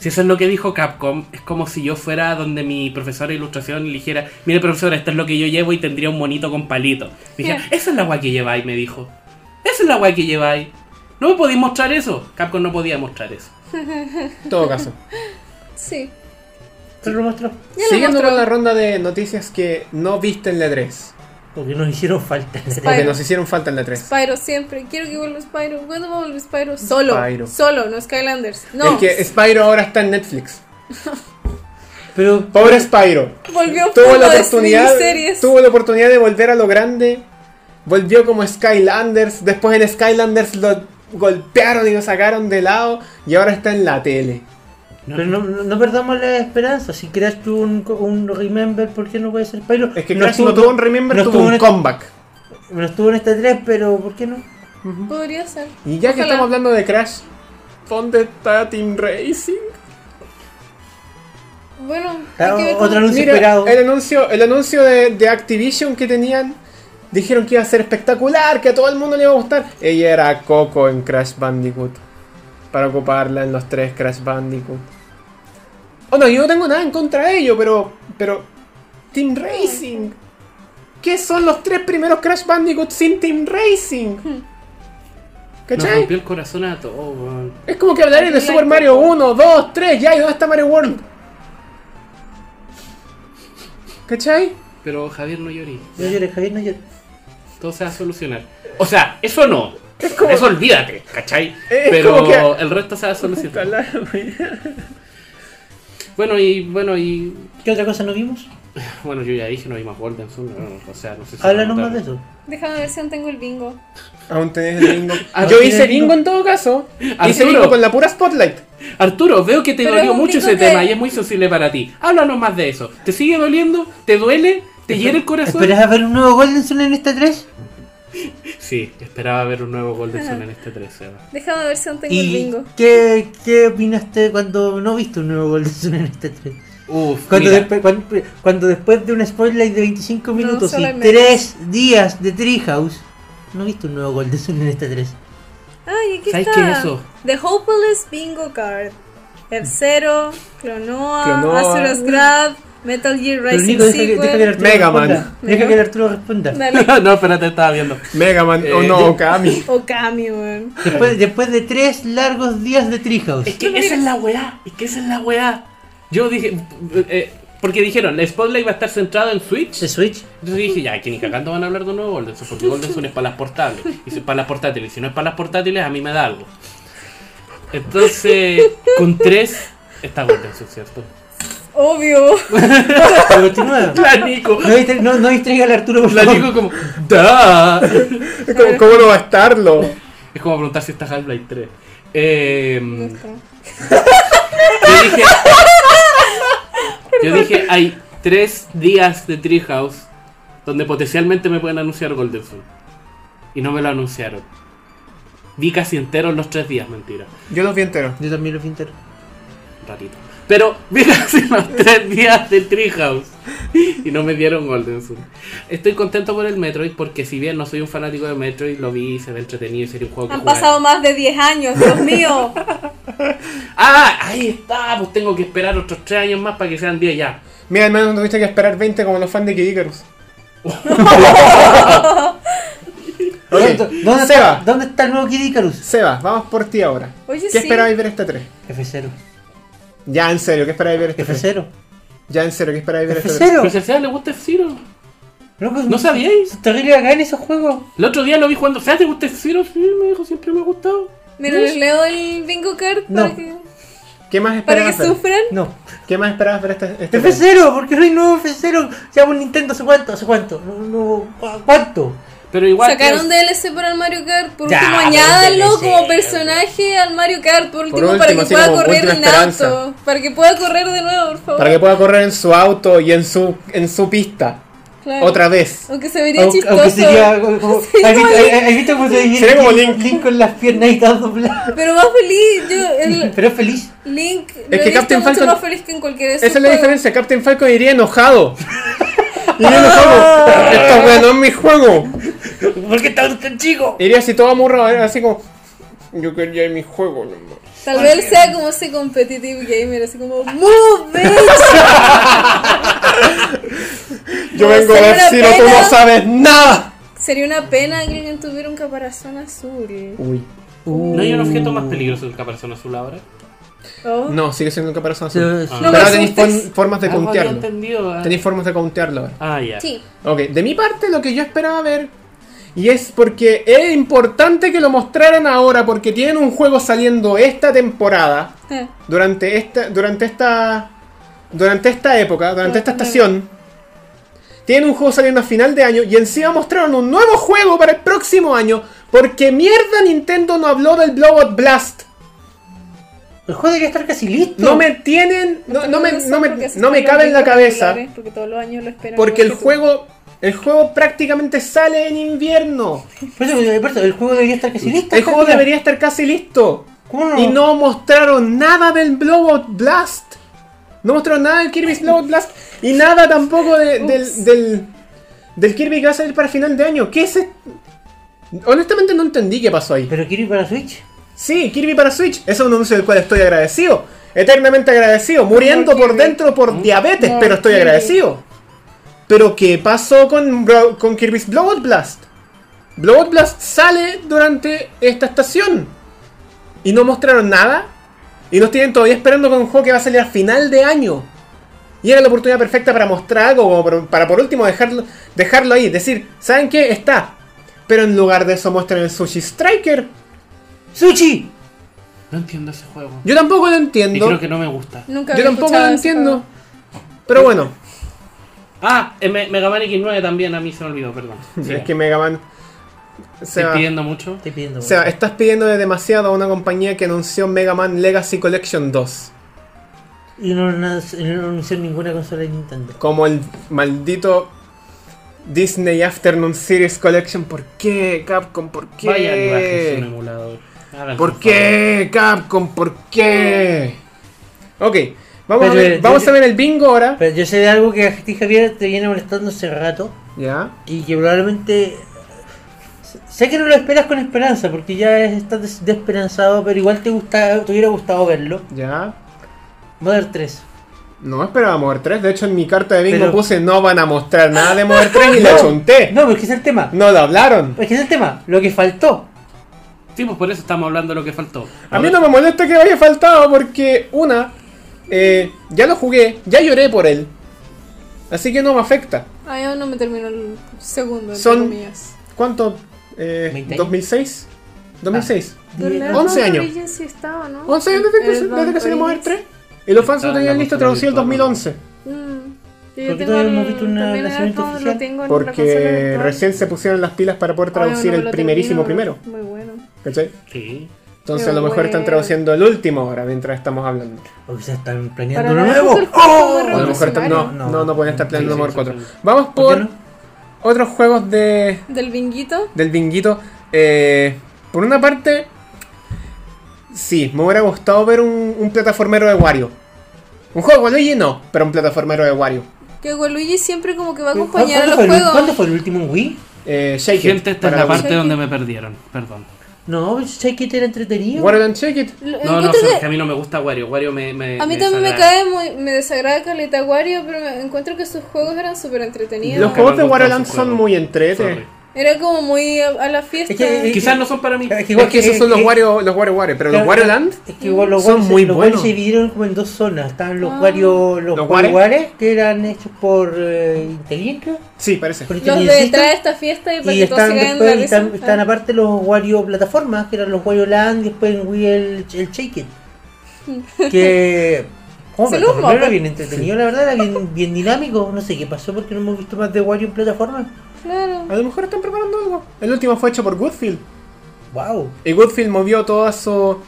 S2: si eso es lo que dijo Capcom, es como si yo fuera donde mi profesora de ilustración y le dijera, mire profesora, esto es lo que yo llevo y tendría un monito con palito. Me dijera,
S5: Yeah.
S2: esa es la guay que lleváis, me dijo. Esa es la guay que lleváis. No me podéis mostrar eso. Capcom no podía mostrar eso.
S3: En todo caso.
S5: Sí.
S4: Te lo mostró.
S5: [laughs] Ya lo
S3: Siguiendo
S5: mostró.
S3: con la ronda de noticias que no viste en la 3.
S4: Porque nos hicieron falta.
S3: Porque
S5: Spyro.
S3: nos hicieron falta en la 3.
S5: Spyro siempre, quiero que vuelva Spyro. ¿Cuándo va a volver Spyro? Solo,
S3: Spyro.
S5: solo, no Skylanders.
S3: Es
S5: No,
S3: que Spyro ahora está en Netflix.
S4: Pero
S3: Pobre Spyro.
S5: volvió
S3: Tuvo
S5: Full
S3: la
S5: de
S3: oportunidad.
S5: series.
S3: Tuvo la oportunidad de volver a lo grande. Volvió como Skylanders. Después en Skylanders lo golpearon y lo sacaron de lado. Y ahora está en la tele.
S2: No,
S4: Pero no, no- no perdamos la esperanza. Si creaste un, co- un Remember, ¿por qué no puede ser Pyro?
S3: Es que
S4: no
S3: Crash no
S4: estuvo-
S3: tuvo un remember,
S4: no
S3: tuvo
S4: estuvo
S3: un
S4: en-
S3: comeback.
S4: No estuvo en este 3, pero ¿por qué no?
S5: Podría ser.
S3: Y ya que
S5: Ojalá.
S3: estamos hablando de Crash, ¿dónde está Team Racing?
S5: Bueno, hay
S4: Claro,
S5: que ver
S4: otro
S5: cómo-
S4: anuncio
S3: Mira,
S4: esperado.
S3: el anuncio, el anuncio de, de Activision que tenían, dijeron que iba a ser espectacular, que a todo el mundo le iba a gustar. Ella era Coco en Crash Bandicoot, para ocuparla en los tres Crash Bandicoot. Oh no, yo no tengo nada en contra de ello, pero, pero Team Racing. ¿Qué son los tres primeros Crash Bandicoot sin Team Racing?
S2: nos
S3: ¿Cachai?
S2: rompió el corazón a todos. weón.
S3: Es como que hablaré de
S5: Like
S3: Super Mario
S5: Coco.
S3: 1, 2, 3, ya, ¿y dónde está Mario World? ¿Cachai?
S2: Pero Javier no llorí.
S4: No llores, Javier, no llores.
S2: Todo se va a solucionar. O sea, eso no.
S3: como-
S2: Eso olvídate, ¿cachai?
S3: Es
S2: Pero
S3: como que-
S2: el resto se va a
S3: [laughs]
S2: solucionar. Bueno, y bueno, y
S4: ¿Qué otra cosa no vimos?
S2: Bueno, yo ya dije, no hay más Golden Sun, no, o sea, no sé si...
S4: Háblanos más de eso.
S5: Déjame ver si aún tengo el bingo.
S3: Aún tenés el bingo.
S2: Ah,
S3: Yo
S4: ¿tiene
S3: hice
S4: el bingo?
S3: bingo en todo caso. Hice
S2: Arturo.
S3: bingo con la pura Spotlight.
S2: Arturo, veo que te
S5: Pero es
S2: dolió
S5: un
S2: mucho
S5: pico
S2: ese
S5: que-
S2: tema y es muy sensible para ti. Háblanos más de eso. ¿Te sigue doliendo? ¿Te duele? ¿Te hiere el corazón?
S4: ¿Esperas a ver un nuevo Golden Sun en este 3?
S2: Sí, esperaba ver un nuevo Golden Sun en este 13. ¿no?
S5: Déjame ver si aún tengo el
S4: ¿Y
S5: bingo.
S4: qué, qué opinaste cuando no viste un nuevo Golden Sun en este 3?
S2: Uf,
S4: Cuando,
S2: mira,
S4: despe- cuan- cuando, después de un spoiler de 25 minutos
S5: solo
S4: y
S5: hay memes.
S4: 3 días de Treehouse, no viste un nuevo Golden Sun en este 3.
S5: Ay, aquí
S2: ¿Sabes
S5: está.
S2: qué es eso?
S5: The Hopeless Bingo Card. Tercero, Clonoa,
S3: Clonoa.
S5: Azura's Grad, Metal Gear
S4: Pero
S5: Rising
S4: Nico, deja que,
S5: Sequel.
S4: deja que el Arturo
S3: Mega Man.
S4: responda. Deja
S5: Mega-
S4: que el Arturo
S5: [laughs]
S4: responda.
S5: Dale.
S2: [laughs] no, espérate, estaba viendo.
S3: Mega Man, o
S2: Eh,
S3: no,
S2: yo-
S3: Okami.
S5: Okami, weón.
S4: Después, después de 3 largos días de Treehouse.
S2: Es que esa es la weá, es que esa es la weá. Yo dije, eh, porque dijeron, la Spotlight va a estar centrada en Switch.
S4: ¿De Switch?
S2: Entonces dije, ya, que ni cagando van a hablar de un nuevo Golden Sun, porque Golden Sun es para las portables. Y si es para las portátiles, si no es para las portátiles, a mí me da algo. Entonces, con tres está Golden Sun, ¿cierto?
S5: Obvio.
S4: Continúa.
S2: La Nico.
S4: No, distra- no, no distraiga al Arturo, por
S2: La
S4: favor.
S2: Nico como. "Da".
S3: Es como, [laughs] ¿Cómo no va a estarlo?
S2: Es como preguntar si está Half-Life 3. Eh,
S5: No está.
S2: yo dije. Yo dije, hay tres días de Treehouse donde potencialmente me pueden anunciar Golden Sun. Y no me lo anunciaron. Vi casi enteros los tres días, mentira.
S3: Yo los vi enteros.
S4: Yo también lo fui entero.
S2: ratito. Pero vi [laughs] casi los tres días del Treehouse y no me dieron Golden Sun. Estoy contento por el Metroid porque si bien no soy un fanático de Metroid, lo vi, se ve entretenido y sería un juego que
S5: Han
S2: jugar.
S5: pasado más de 10 años, Dios mío.
S2: ¡Ah! Ahí está, pues tengo que esperar otros tres años más para que sean 10 ya.
S3: Mira, hermano, no tuviste que esperar 20 como los fans de Kid Icarus.
S4: ¿Dónde,
S3: Ok,
S4: dónde está,
S3: Seba,
S4: ¿Dónde está el nuevo Kid Icarus?
S3: Seba, vamos por ti ahora.
S5: Oye,
S3: ¿Qué
S5: sí.
S3: esperabais ver este 3?
S4: F0.
S3: Ya, en serio, ¿qué esperabais ver este 3?
S4: F0.
S3: Ya, en serio, ¿qué esperabais ver este 3?
S4: [laughs]
S2: Pero si
S4: F0.
S2: a Seba le gusta F-Zero.
S4: Loco,
S2: ¿No sabíais?
S4: Terrible acá en esos juegos.
S2: El otro día lo vi jugando. ¿Seba te gusta F-Zero? Sí, me dijo, siempre me ha gustado.
S5: Mira, les leo el bingo card
S4: No.
S5: para que,
S3: ¿Qué más
S5: para que
S3: esperabas ver?
S5: sufran.
S4: No.
S3: ¿Qué más esperabas ver este, este 3?
S4: F0, ¿por qué no hay nuevo F0? Se llama un Nintendo hace cuánto, hace cuánto. No, no, ¿cu- ¿Cuánto?
S2: Pero igual.
S5: Sacaron DLC para el Mario Kart. Por
S4: Ya,
S5: último,
S4: pero un
S5: añádalo
S4: DLC.
S5: como personaje al Mario Kart. Por último, para
S3: último,
S5: que
S3: así
S5: pueda
S3: como
S5: correr
S3: última
S5: en
S3: esperanza.
S5: auto. Para que pueda correr de nuevo, por favor.
S3: Para que pueda correr en su auto y en su, en su pista.
S5: Claro.
S3: Otra vez.
S5: Aunque se vería
S4: Aunque,
S5: chistoso.
S4: aunque sería como. como-
S5: Sí,
S4: ¿Has visto,
S5: como
S4: hay- hay- hay visto cómo se divide
S3: Sería como
S4: Link, Link con las piernas y todo doblado?
S5: Pero más feliz. Yo,
S3: [laughs]
S5: el
S4: Pero es feliz.
S5: Link lo
S3: que
S5: he visto
S3: Captain
S5: mucho
S3: Falcon-
S5: más feliz que en cualquier de sus
S3: Esa es la
S5: juegos.
S3: diferencia, Captain Falcon iría enojado. [laughs] Iría [laughs] enojado. Esta weá no es mi juego.
S4: ¿Por qué está tan chico?
S3: Iría así todo amurrado, era así como. Yo quería mi juego, no más.
S5: Tal vez sea como ese competitive gamer, así como
S3: [laughs]
S5: ¡Move, bitch!
S3: Yo
S5: Pero
S3: vengo a ver
S5: señora
S3: si no, tú
S5: Pena.
S3: no sabes nada.
S5: Sería una pena que alguien tuviera un caparazón azul.
S3: Uy.
S2: ¿No hay un objeto más peligroso que el caparazón azul ahora?
S5: Oh.
S3: No, sigue siendo un caparazón azul.
S4: Sí, sí.
S5: No
S3: Pero
S5: me
S3: ahora tenéis
S5: asustes.
S3: fon- formas de
S2: Algo había
S3: countearlo.
S2: entendido. ah.
S3: Tenéis formas de countearlo ahora.
S2: Ah, ya.
S5: Sí.
S3: Ok, de mi parte lo que yo esperaba ver. Y es porque es importante que lo mostraran ahora porque tienen un juego saliendo esta temporada.
S5: Eh,
S3: Durante esta. Durante esta. Durante esta época, durante esta estación. Tienen un juego saliendo a final de año. Y encima mostraron un nuevo juego para el próximo año. Porque mierda Nintendo no habló del Blowout Blast.
S4: El juego debería estar casi listo.
S3: No me tienen. No, no me,
S5: sé
S3: no me,
S5: por qué se
S3: no me
S5: fueron
S3: cabe en la
S5: los
S3: cabeza.
S5: populares, Porque todos los años lo esperan.
S3: Porque el
S5: igual que tú.
S3: juego. El juego prácticamente sale en
S5: [laughs]
S3: invierno.
S4: Por eso, por eso, el juego debería estar casi listo.
S3: El juego
S4: Mira,
S3: debería estar casi listo.
S4: ¿Cómo no?
S3: Y no mostraron nada del Blowout Blast. No mostraron nada del Kirby's Blowout Blast. Y nada tampoco de- del,
S5: Ups.
S3: del. Del Kirby que va a salir para final de año. ¿Qué es esto? Honestamente no entendí qué pasó ahí.
S4: Pero quiero ir para Switch.
S3: Sí, Kirby para Switch. Eso es un anuncio del cual estoy agradecido. Eternamente agradecido. Muriendo por dentro por diabetes,
S5: No,
S3: pero estoy
S5: Kirby.
S3: agradecido. Pero ¿qué pasó con, Bro- con Kirby's Blowout Blast? Blowout Blast sale durante esta estación. Y no mostraron nada. Y nos tienen todavía esperando con un juego que va a salir a final de año. Y era la oportunidad perfecta para mostrar algo, como por- para por último dejarlo, dejarlo ahí. Decir, ¿saben qué? Está. Pero en lugar de eso muestran el Sushi Striker.
S4: ¡Sushi!
S2: No entiendo ese juego.
S3: Yo tampoco lo
S2: Y
S3: entiendo.
S2: creo que no me gusta.
S5: Nunca
S3: Yo
S5: había
S3: tampoco lo
S5: escuchado ese
S3: entiendo.
S5: juego.
S3: Pero bueno,
S2: Ah, eh, Me- Mega Man X9 también a mí se me olvidó, perdón.
S3: [laughs] es que Mega Man.
S2: Estoy
S3: Seba,
S2: pidiendo mucho.
S4: Estoy pidiendo.
S3: Seba, estás pidiendo de demasiado a una compañía que anunció Mega Man Legacy Collection 2.
S4: Y no, no, no anunció ninguna consola de Nintendo.
S3: Como el maldito Disney Afternoon Series Collection. ¿Por qué, Capcom? ¿Por qué?
S2: Vayan y bajen un emulador. Hagan
S3: ¿Por
S2: su
S3: qué, Capcom? ¿Por qué? Ok, vamos, a,
S4: Pero,
S3: ver,
S4: eh,
S3: vamos
S4: yo-
S3: a ver el bingo ahora.
S4: Pero yo sé de algo que a ti, Javier, te viene molestando hace rato.
S3: Ya.
S4: Y que probablemente. Sé que no lo esperas con esperanza, porque ya es- estás des- desesperanzado, pero igual te, gusta, te hubiera gustado verlo.
S3: Ya.
S4: Mother 3.
S3: No esperaba Mover 3, de hecho en mi carta de bingo
S4: Pero-
S3: puse no van a mostrar nada de Mover 3 y la chunté. No.
S4: No, porque es el tema.
S3: lo hablaron.
S4: Es que es el tema. Lo que faltó.
S2: favor. Sí, pues por eso estamos hablando de lo que faltó.
S3: A mí no me molesta que haya faltado porque una, eh, ya lo jugué, ya lloré por él. Así que no me afecta.
S5: Ay, aún Ah, no me terminó el segundo, entre
S3: Son-
S5: comillas.
S3: ¿Cuánto? Eh,
S4: 20 años.
S3: ¿2006? 2006.
S4: Diez-
S5: Pero
S3: once
S5: Urban
S3: años.
S5: Origins sí estaba, ¿no?
S3: ¿11 años desde que,
S5: Urban
S3: desde que salió Mover
S5: Origins.
S3: 3? Y los fans lo
S2: Está
S3: tenían
S2: la
S3: listo
S2: consola
S3: traducido en
S2: virtual,
S3: 2011.
S5: Mm.
S4: Porque todavía no hemos visto una
S5: también el
S4: versión
S5: iPhone, lo
S4: oficial.
S5: tengo en la consola
S3: Porque
S5: virtual.
S3: recién se pusieron las pilas para poder
S5: Ay, bueno,
S3: traducir
S5: me
S3: el
S5: lo
S3: primerísimo
S5: termino,
S3: primero.
S5: Muy bueno.
S3: ¿Cachai?
S2: Sí.
S3: Entonces
S5: Qué
S3: a lo mejor están
S5: bueno.
S3: traduciendo el último ahora mientras estamos hablando.
S4: O quizás están
S5: Para
S4: planeando uno
S5: nada,
S4: nuevo.
S5: el juego
S4: ¡Oh!
S5: fue
S3: O a lo mejor están- no,
S4: No.
S3: no, no, pueden estar planeando
S2: Sí,
S3: Number
S2: sí,
S3: 4.
S2: sí.
S3: Vamos
S4: ¿Por
S3: por
S4: qué no?
S3: otros juegos de
S5: Del vinguito.
S3: del vinguito. Eh, por una parte, sí, me hubiera gustado ver un, un plataformero de Wario. Un juego de Luigi no, pero un plataformero de Wario.
S5: Que Waluigi siempre como que va a
S4: ¿Cuándo
S5: acompañar a los
S4: fue el-
S5: juegos.
S4: ¿Cuándo fue el último en Wii?
S3: Eh, Shake
S2: Gente,
S3: It.
S2: esta es
S3: para
S2: la
S3: Wii.
S2: parte donde me perdieron. Perdón.
S4: No, pues, Shake It era entretenido.
S3: Wario and Shake It.
S5: Lo-
S2: No, no,
S5: encuentro
S2: es
S5: que-
S2: que a mí no me gusta Wario. Wario me. me-
S5: A mí
S2: me
S5: también me
S2: desagrada.
S5: cae muy, me desagrada Caleta Wario, pero me encuentro que sus juegos eran súper entretenidos.
S3: Los
S2: me
S3: juegos de
S2: gustan
S3: Wario
S2: sus
S3: Land son
S2: juegos.
S3: muy entrete.
S2: Sorry.
S5: Era como muy a, a la fiesta.
S4: Es que- es-
S2: Quizás no son para mí.
S4: Es que
S3: Igual que esos son los Wario, los Wario Wario, pero los
S4: claro,
S3: Wario Land
S4: Es que igual los
S3: Son
S4: Wario se-
S3: muy
S4: los Wario
S3: buenos.
S4: se dividieron como en dos zonas. Estaban los
S5: Ah.
S4: Wario, los,
S3: ¿Los
S4: Wario
S3: Wario?
S4: Wario que eran hechos por eh, Intelligent, creo,
S3: Sí, parece.
S4: por
S5: los
S4: Intelligent
S5: de
S4: System.
S5: trae esta fiesta y para
S4: Y
S5: que todos se
S4: están
S5: caigan
S4: después,
S5: de
S4: y
S5: risa.
S4: están, están aparte los Wario plataformas, que eran los Wario Land, y después en Wii el, el Shake
S5: [laughs]
S4: It. Que. Oh,
S5: Se pues.
S4: pero
S5: lo
S4: por lo menos era
S5: moco.
S4: bien entretenido, la verdad, era bien, bien dinámico. No sé qué pasó porque no hemos visto más de Wario en plataformas.
S5: Claro.
S3: A lo mejor están preparando algo. El último fue hecho por Goodfield.
S4: ¡Wow!
S3: Y Goodfield movió todo su,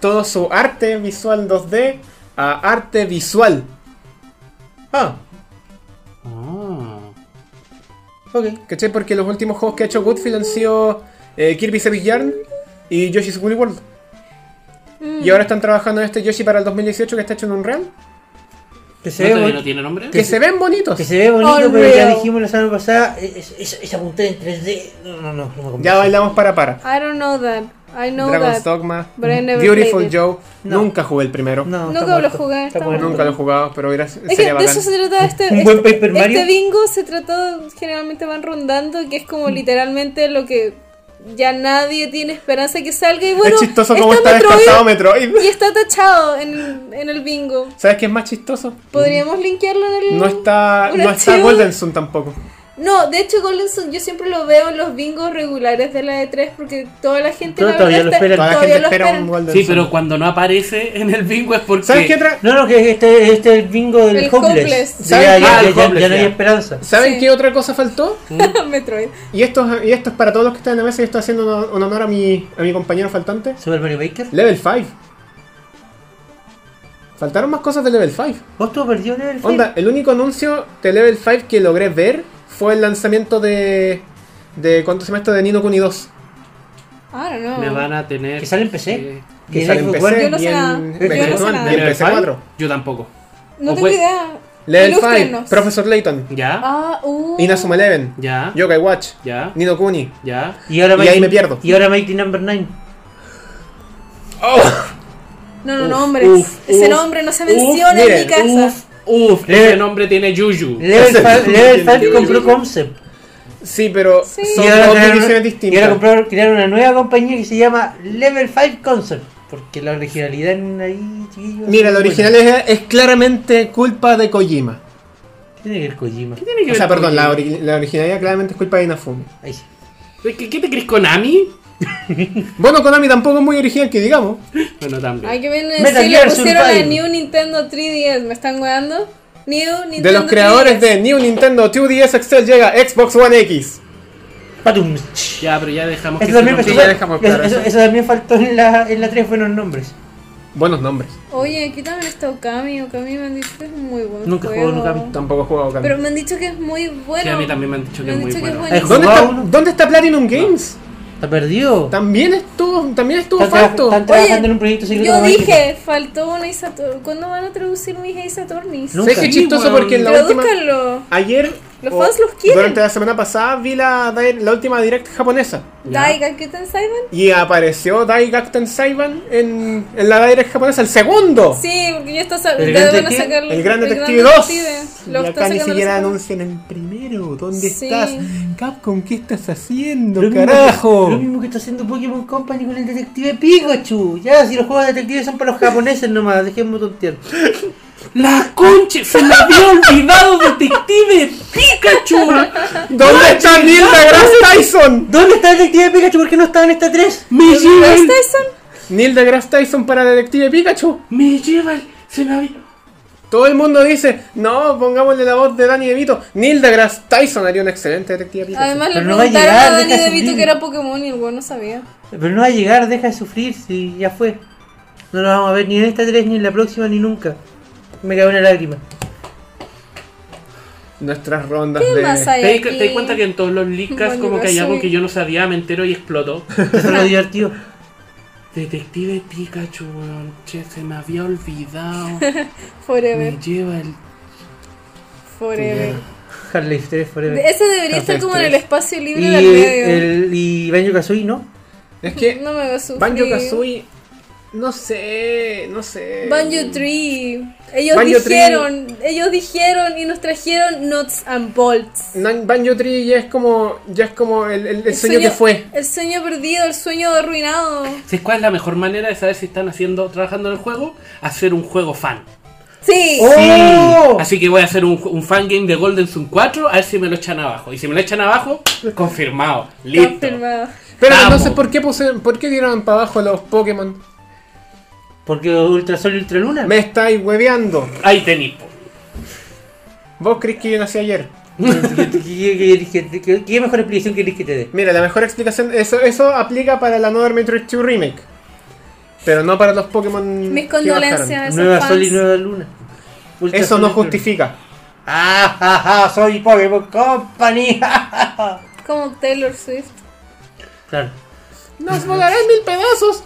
S3: todo su arte visual 2D a arte visual. Ah,
S2: Ah.
S4: Ok.
S3: ¿Cachai? Porque los últimos juegos que ha hecho Goodfield han sido eh, Kirby's Epic Yarn y Yoshi's Woolly World.
S5: Mm.
S3: Y ahora están trabajando en este Yoshi para el 2018 que está hecho en Unreal.
S4: Que se,
S2: ¿No,
S4: ve,
S2: todavía
S4: bon-
S2: no tiene nombre?
S3: Que se ven bonitos.
S4: que se ve bonito,
S5: Unreal.
S4: pero ya dijimos la semana pasada, es- es- esa punta en 3D. No, no, no, no me convence.
S3: Ya bailamos para para.
S5: I don't know that. I know
S3: Dragon's
S5: that.
S3: Dogma,
S5: but I never
S3: Beautiful
S5: played it.
S3: Joe.
S4: No.
S3: Nunca jugué el primero.
S4: No,
S5: Nunca
S4: está
S5: lo
S4: muerto,
S5: jugué,
S4: está
S5: está
S4: muerto.
S5: muerto.
S3: Nunca lo he jugado, pero hubiera-
S5: Es que
S3: sería
S5: de
S3: bacán.
S5: eso se trata este,
S4: [laughs] Un buen Paper
S5: este,
S4: Mario.
S5: este bingo se trató generalmente van rondando que es como
S4: Mm.
S5: literalmente lo que ya nadie tiene esperanza que salga y bueno este
S3: es chistoso como está
S5: Metroid
S3: descartado Metroid. [laughs]
S5: y está tachado en, en el bingo
S3: ¿Sabes qué es más chistoso?
S5: podríamos linkearlo en el
S3: No está,
S5: un
S3: no está
S5: archivo.
S3: Golden Sun tampoco.
S5: No, de hecho Golden Sun yo siempre lo veo en los bingos regulares de la E3 porque toda la gente
S4: Pero
S5: la
S4: todavía
S5: verdad,
S4: lo
S5: está-
S4: esperan.
S3: Toda la
S5: todavía
S3: gente
S5: lo [laughs]
S3: espera un
S5: esperan.
S3: Golden
S2: Sí,
S3: Sun.
S2: pero cuando no aparece en el bingo es porque.
S3: ¿Sabes qué otra?
S4: No, no, que este, este es el bingo del
S5: El
S4: Hopeless.
S5: Hopeless.
S4: Ya, ya,
S3: ¿Sabes?
S4: ya-
S2: Ah, el
S4: ya- ya
S2: Hopeless,
S4: no hay
S2: ya.
S4: esperanza.
S3: ¿Saben
S5: Sí.
S3: qué otra cosa faltó?
S5: Metroid.
S3: Y esto, y esto es para todos los que están en la mesa y esto haciendo un- un honor a mi, a mi compañero faltante.
S4: Super Mario Maker.
S3: Level 5. Faltaron más cosas de Level 5.
S4: ¿Vos tú perdió en el
S3: Onda, el único anuncio de Level 5 que logré ver fue el lanzamiento de. de ¿Cuánto se llama esto? De Nino Kuni 2.
S5: Ah, no,
S2: Me
S5: no.
S2: van a tener.
S4: Que sale en PC.
S2: Sí.
S4: film?
S3: Que sale en
S5: Yo no
S3: PC
S5: sé
S3: y
S5: nada.
S3: en,
S4: Yo no sé
S3: PS1
S5: nada.
S3: y en
S2: ¿Level five?
S3: PS4.
S2: Yo tampoco.
S5: No
S2: O
S5: tengo
S2: fue-
S5: idea.
S3: Level 5,
S5: Ilústrenos.
S3: Professor Layton,
S2: Ya,
S5: Ah, uh.
S3: Inazuma Eleven,
S2: ya,
S3: Yokai Watch,
S2: ya,
S3: Nino Kuni.
S2: ya.
S4: Y, ahora
S3: Y ahí me pierdo.
S4: Y ahora Mighty Number 9.
S3: Oh.
S5: No, no,
S2: Uf,
S5: nombres.
S2: uf,
S5: Ese
S2: uf,
S5: nombre no se
S2: uf,
S5: menciona en
S3: miren,
S5: mi casa.
S2: Uf, uf,
S4: Level-
S2: ese nombre tiene Yuyu.
S4: Level
S3: Ese-
S4: 5 Level five
S3: Yo-
S4: compró Concept.
S3: Sí, pero
S5: Sí.
S4: Y
S3: son
S4: ahora,
S3: dos
S4: crearon-
S3: divisiones
S4: y ahora
S3: distintas.
S4: compraron- crearon una nueva compañía que se llama Level 5 Concept. Porque la originalidad en ahí, chiquillos.
S3: Mira,
S4: es
S3: la
S4: buena.
S3: original es, es claramente culpa de Kojima.
S4: Tiene que ver Kojima.
S2: ¿Qué tiene que
S3: O sea,
S2: ver
S3: perdón,
S2: con-
S3: la, ori- la originalidad claramente es culpa de Inafune.
S4: Ahí sí.
S2: ¿Qué, qué te crees, Konami?
S3: Bueno, Konami tampoco es muy original que digamos.
S2: Bueno, también.
S5: Ay, que viene a
S4: Metal
S5: decir, le
S4: Gear
S5: pusieron a
S4: Survive.
S5: New Nintendo 3DS. ¿Me están weando? New Nintendo
S3: De los creadores de New Nintendo 2DS XL llega Xbox One X.
S4: Patum.
S2: Ya, pero ya dejamos
S4: Eso
S2: ese
S4: también,
S2: nombre-
S4: faltó-
S3: ya dejamos
S4: eso,
S3: claro
S4: eso-
S3: eso.
S4: eso también faltó en la, en la 3 buenos nombres.
S3: Buenos nombres.
S5: Oye, quítame esto Okami. Okami me han dicho que es muy bueno.
S4: Nunca he
S5: juego.
S4: jugado en Okami.
S3: Tampoco he jugado Konami.
S5: Pero me han dicho que es muy bueno.
S2: Sí, a mí también me han dicho que es muy bueno.
S4: Eh,
S5: buenísimo.
S3: ¿Dónde, está,
S4: jugado uno.
S3: ¿Dónde está Platinum Games?
S4: Está perdido.
S3: También estuvo, también estuvo
S4: Están tra-
S3: falto.
S4: están trabajando en un proyecto secreto.
S5: Yo
S4: como este.
S5: dije, faltó una Isator. ¿Cuándo van a traducir mi hija Isatornis?
S4: No.
S3: Sé que es chistoso
S2: Sí, weón.
S3: porque en la última.
S5: Tradúzcanlo.
S3: Ayer.
S5: Los
S3: o
S5: fans los quieren.
S3: Durante la semana pasada vi la, la última direct japonesa.
S2: Ya.
S5: Daiga Kuten Saiban.
S3: Y apareció Daigakten Saiban en, en la direct japonesa, el segundo.
S5: Sí, porque ya está sa-
S4: ¿El
S5: ya
S4: Gran
S5: van a
S4: Detective?
S5: sacar
S3: El Gran Detective 2.
S5: Lo
S3: y
S5: están
S3: acá ni
S5: sacando
S3: siquiera
S5: los-
S3: anuncian el primero. ¿Dónde
S5: Sí.
S3: estás? Capcom, ¿qué estás haciendo,
S4: mismo que-
S3: carajo?
S4: lo mismo que está haciendo Pokémon Company con el detective Pikachu. Ya, si los juegos de detectives son para los japoneses nomás, dejemos tontear.
S2: ¡La concha! ¡Se me había olvidado, detective Pikachu!
S3: ¿Dónde está Neil deGrasse Tyson?
S4: ¿Dónde está el detective Pikachu? ¿Por qué no estaba en esta 3?
S2: ¡Me lleva
S5: ¿Los
S2: el...
S5: Tyson?
S3: Neil deGrasse Tyson para Detective Pikachu.
S2: ¡Me lleva el... Se me había-
S3: Todo el mundo dice, no, pongámosle la voz de Danny DeVito. Neil deGrasse Tyson haría un excelente detective Pikachu.
S5: Además le
S4: Pero no va a
S5: preguntaron a,
S4: llegar,
S5: Danny
S4: deja
S5: DeVito
S4: subir.
S5: que era Pokémon y el weón no sabía.
S4: Pero no va a llegar, deja de sufrir, si ya fue. No lo vamos a ver ni en esta 3, ni en la próxima, ni nunca. Me cae una lágrima.
S3: Nuestras rondas
S5: ¿Qué
S3: de...
S5: más hay
S2: ¿Te, di- te
S5: aquí?
S2: di cuenta que en todos los leakers
S5: Bueno,
S2: como que
S5: yo
S2: hay algo
S5: soy-
S2: que yo no sabía, me entero y explotó?
S4: Eso es lo divertido.
S2: Detective Pikachu, weón. Che, se me había olvidado.
S5: Forever, [laughs]
S2: me lleva el...
S5: forever.
S4: Half-Life 3
S5: De-
S4: Forever.
S5: Ese debería
S3: Perfecto.
S5: estar como en el espacio libre
S4: Y,
S5: del medio.
S4: el, y Banjo Kazooie, ¿no?
S3: Es que
S5: No me va a sufrir.
S3: Banjo Kazooie, no sé, no sé.
S5: Banjo Tree. Ellos
S3: Eh, Banjo Tree.
S5: dijeron, ellos dijeron y nos trajeron Nuts and Bolts.
S3: Nan- Banjo Tree ya es como, ya es como el, el- el sueño, que fue.
S5: El sueño perdido, el sueño arruinado.
S2: ¿Sabes cuál es la mejor manera de saber si están haciendo, trabajando en el juego? Hacer un juego fan.
S5: Sí.
S4: ¡Oh!
S2: Así que voy a hacer un, un fangame de Golden Sun 4 a ver si me lo echan abajo. Y si me lo echan
S5: [laughs]
S2: abajo, confirmado. Listo.
S5: Confirmado.
S3: Pero
S2: Vamos.
S3: entonces, ¿por qué, puse, ¿por qué dieron para abajo los Pokémon?
S4: Porque Ultrasol y Ultraluna.
S3: Me estáis hueveando.
S2: Ahí tenéis. po.
S3: Vos crees que yo nací ayer.
S4: [laughs] ¿Qué- qué- qué- qué- qué- ¿Qué mejor explicación querés que te dé?
S3: Mira, la mejor explicación, eso, eso aplica para la nueva Metroid 2 Remake. Pero no para los Pokémon.
S5: Mis
S3: que bajaron.
S5: condolencias a esos
S4: Nueva
S5: fans.
S4: Sol y Nueva Luna.
S3: Eso
S4: Ultrasol y
S3: no
S4: Ultraluna.
S3: justifica.
S4: ¡Ah, ja, ja! ¡Soy Pokémon Company! [laughs]
S5: Como Taylor Swift.
S4: claro.
S3: ¡Nos volarán mil pedazos!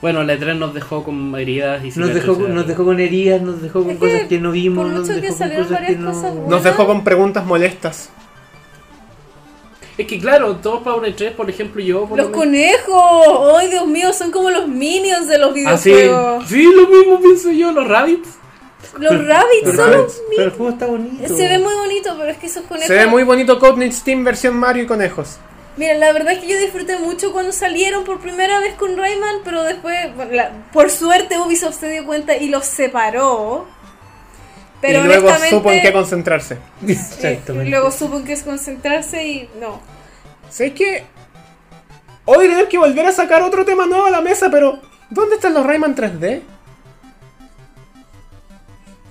S2: Bueno, la E3 nos dejó con heridas y
S4: Nos
S2: cicatrices.
S4: dejó, nos dejó con heridas, nos dejó con
S5: Es que
S4: cosas que no vimos,
S5: por
S4: nos
S5: mucho que
S4: dejó con
S5: salieron
S4: cosas que
S5: varias
S4: no...
S5: cosas buenas.
S3: Nos dejó con preguntas molestas.
S2: Es que claro, todos para una E3, por ejemplo, yo... por
S5: Los
S2: lo menos-
S5: conejos. ¡Ay, Dios mío! Son como los minions de los
S2: Ah, sí.
S5: videojuegos.
S2: Sí, lo mismo pienso yo, los rabbits.
S5: Los rabbits
S3: Los
S5: son los
S3: rabbits.
S4: Pero el juego está bonito.
S5: Se ve muy bonito, pero es que esos conejos.
S3: Se ve muy bonito Codename Steam versión Mario y conejos.
S5: Mira, la verdad es que yo disfruté mucho cuando salieron por primera vez con Rayman, pero después, bueno, la- por suerte, Ubisoft se dio cuenta y los separó. Pero
S3: y luego
S5: honestamente,
S3: supo en qué concentrarse.
S5: eh,
S4: [laughs] Exactamente.
S5: luego supo en qué es concentrarse y no.
S3: ¿Sabes qué? Hoy tener que volver a sacar otro tema nuevo a la mesa, pero. ¿Dónde están los Rayman 3D?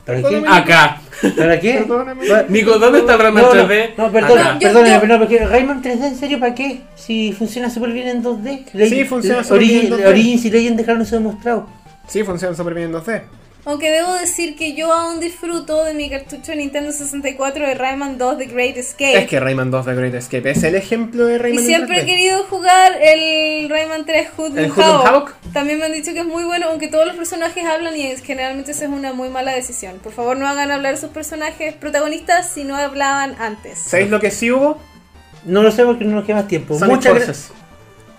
S4: ¿Para qué?
S2: Acá.
S4: ¿Para qué?
S3: Perdóname.
S4: Pa-
S2: Nico, ¿dónde está el Rayman
S4: no, no,
S2: 3D?
S4: No, perdona,
S2: Acá.
S5: yo-
S4: perdona,
S5: yo-
S4: pero no, porque Rayman 3D, ¿en serio para qué? Si funciona súper bien en 2D. Legend-
S3: funciona súper bien en 2D.
S4: Origins y Legend dejaron eso demostrado.
S3: Sí, funciona súper bien en 2D.
S5: Aunque debo decir que yo aún disfruto de mi cartucho de Nintendo 64 de Rayman 2 The Great Escape.
S3: Es que Rayman 2 The Great Escape es el ejemplo de
S5: Y
S3: Rayman en
S5: siempre he
S3: 3D.
S5: querido jugar el Rayman 3
S3: ¿El
S5: Hoodlum
S3: Hoodlum
S5: Hawk.
S3: Hawk?
S5: También me han dicho que es muy bueno, aunque todos los personajes hablan y es- generalmente esa es una muy mala decisión. Por favor, no hagan hablar a sus personajes protagonistas si no hablaban antes.
S3: ¿Sabéis lo que sí hubo?
S4: No lo sé porque no nos queda más tiempo.
S3: Sonic
S4: Muchas gracias.
S3: Forces.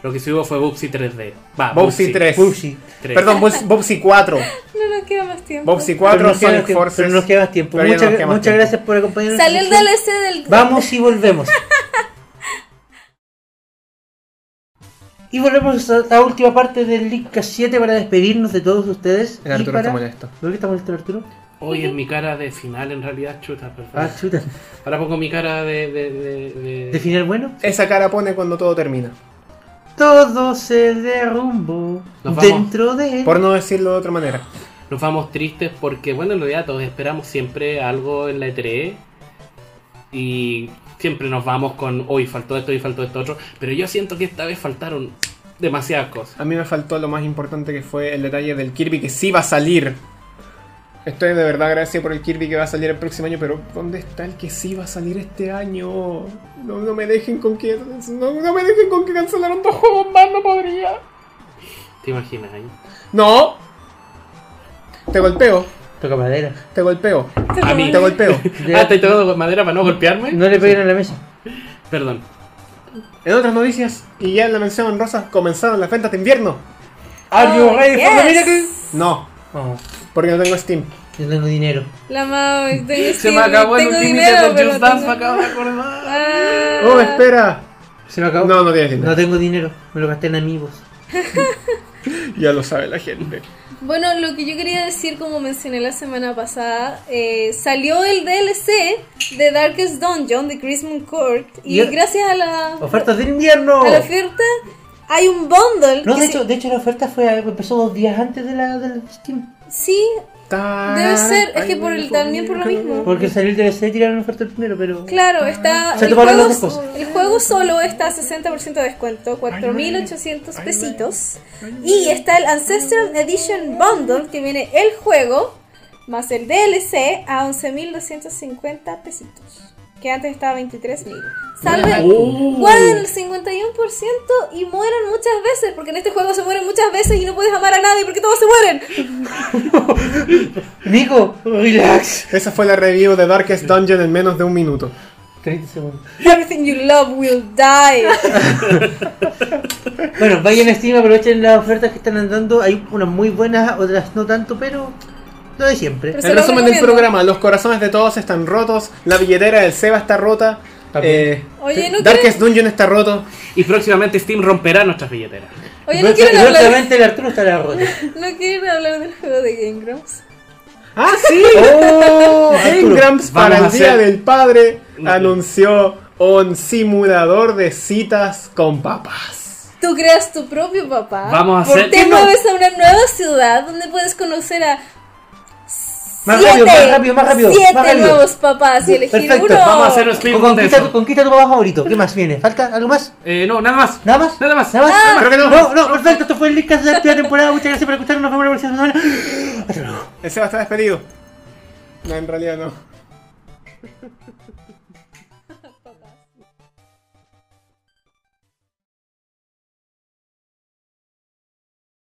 S2: Lo que sí hubo fue Bubsy 3D. Va,
S3: Bubsy 3.
S4: Bubsy.
S2: 3.
S3: Perdón, Bubsy- Bubsy 4.
S5: No nos queda más tiempo.
S3: Bubsy
S4: Pero
S3: 4,
S4: nos queda
S3: Sonic
S4: tiempo,
S3: Forces.
S4: Pero no nos queda más tiempo.
S3: Pero ya no
S4: Muchas,
S3: nos queda más
S4: muchas
S3: tiempo.
S4: gracias por acompañarnos.
S5: Salió el DLC del...
S4: Vamos y volvemos. Y volvemos a la última parte del League 7 para despedirnos de todos ustedes.
S3: El Arturo
S4: y para...
S3: está molesto.
S4: ¿Por qué está molesto el Arturo?
S2: Hoy es mi cara de final, en realidad, chuta, perdón.
S4: Ah, chuta.
S2: Ahora pongo mi cara de... de, de, de-
S4: ¿De final bueno?
S3: Esa cara pone cuando todo termina.
S4: Todo se derrumbó
S2: Nos vamos.
S4: dentro de él.
S3: Por no decirlo de otra manera.
S2: Nos vamos tristes porque, bueno, en realidad todos esperamos siempre algo en la E3 y siempre nos vamos con hoy faltó esto, hoy faltó esto otro, pero yo siento que esta vez faltaron demasiadas cosas.
S3: A mí me faltó lo más importante que fue el detalle del Kirby que sí va a salir. Estoy de verdad agradecido por el Kirby que va a salir el próximo año, pero ¿dónde está el que sí va a salir este año? No, no me dejen con que. No, no me dejen con que cancelaron dos juegos más, no podría.
S2: ¿Te imaginas? eh?
S3: ¡No! Te golpeo,
S4: Toca madera.
S3: te golpeo,
S2: A mí.
S3: te golpeo.
S2: Ah, te tocando madera para no golpearme.
S4: No le peguen a la mesa.
S2: Perdón.
S3: En otras noticias, y ya en la mención rosa, comenzaron las ventas de invierno.
S4: Are you ready for the
S5: Oh, yes.
S4: miracle?
S3: No,
S4: Oh,
S3: porque no tengo Steam.
S4: yo tengo dinero.
S5: La madre, estoy-
S2: Se me acabó el
S5: tengo
S2: Ultimate
S5: dinero,
S2: de
S5: pero
S2: Just Dance,
S5: tengo-
S2: me acabo de acordar.
S5: Ah.
S3: ¡Oh, espera!
S4: Se me acabó.
S3: No, no tienes dinero.
S4: No tengo dinero. Me lo gasté en amigos.
S3: Ya lo sabe la gente.
S5: Bueno, lo que yo quería decir, como mencioné la semana pasada, eh, salió el DLC de Darkest Dungeon de Christmas Court y
S4: Y el- Oh.
S5: gracias a la,
S4: ¡Ofertas de invierno!
S5: a la oferta hay un bundle.
S4: No,
S5: que
S4: de
S5: se-
S4: hecho, de hecho la oferta fue empezó dos días antes de la del Steam.
S5: Sí,
S3: Ta-
S5: Debe ser, es que
S3: Ay,
S5: por el-
S3: bueno,
S5: también por lo
S3: bueno.
S5: mismo.
S4: Porque salir del CD tiraron oferta el primero, pero.
S5: claro, está.
S4: Se
S5: el,
S4: tomaron
S5: juego,
S4: las dos cosas.
S5: el juego solo está a 60% de descuento, 4.800 pesitos. Y está el Ancestral Edition Bundle, que viene el juego más el DLC a 11.250 pesitos. Que antes estaba a 23.000. Salven,
S4: Oh.
S5: guarden el 51% y mueran muchas veces, porque en este juego se mueren muchas veces y no puedes amar a nadie porque todos se mueren.
S4: Nico, relax.
S3: Esa fue la review de Darkest Dungeon en menos de un minuto.
S4: 30 segundos.
S5: Everything you love will die.
S4: Bueno, vayan a Steam, aprovechen las ofertas que están andando. Hay unas muy buenas, otras no tanto, pero. Lo de siempre.
S5: Pero se
S3: En
S5: lo
S3: resumen del
S5: recomiendo.
S3: programa, los corazones de todos están rotos, la billetera del Seba está rota, eh,
S5: Oye, ¿no
S3: Darkest Dungeon está roto.
S2: Y próximamente Steam romperá nuestras billeteras.
S5: Oye, no quieren hablar,
S4: Exactamente, el Arturo está la rota.
S5: no quieren hablar del juego de Game Grumps.
S3: ¡Ah, sí! [laughs]
S2: [laughs]
S3: ¡Oh! Game Grumps para
S2: Vamos a
S3: el Día
S2: hacer-
S3: del Padre
S2: No.
S3: anunció un simulador de citas con papás.
S5: Tú creas tu propio papá.
S2: Vamos a
S5: por-
S2: hacer-
S5: Te
S2: ¿Qué no?
S5: mueves a una nueva ciudad donde puedes conocer a
S4: Más
S5: siete,
S4: rápido, más rápido, más rápido.
S5: siete
S4: más rápido.
S5: nuevos papás y elegir
S4: Perfecto,
S5: uno.
S2: Vamos a hacer un
S4: Con-
S2: speedrun de
S4: Conquista, tu-
S2: eso.
S4: conquista tu papá favorito. ¿Qué más viene? ¿Falta algo más?
S2: Eh, no, nada más.
S4: ¿Nada más?
S2: Nada más.
S4: ¿Nada más?
S5: Ah.
S3: Creo que no.
S4: No, no, perfecto. Esto fue el Leadcast de la primera temporada. Muchas gracias por escucharnos. Nos vemos la próxima semana. Hasta luego.
S3: El Seba está despedido. No, en realidad no.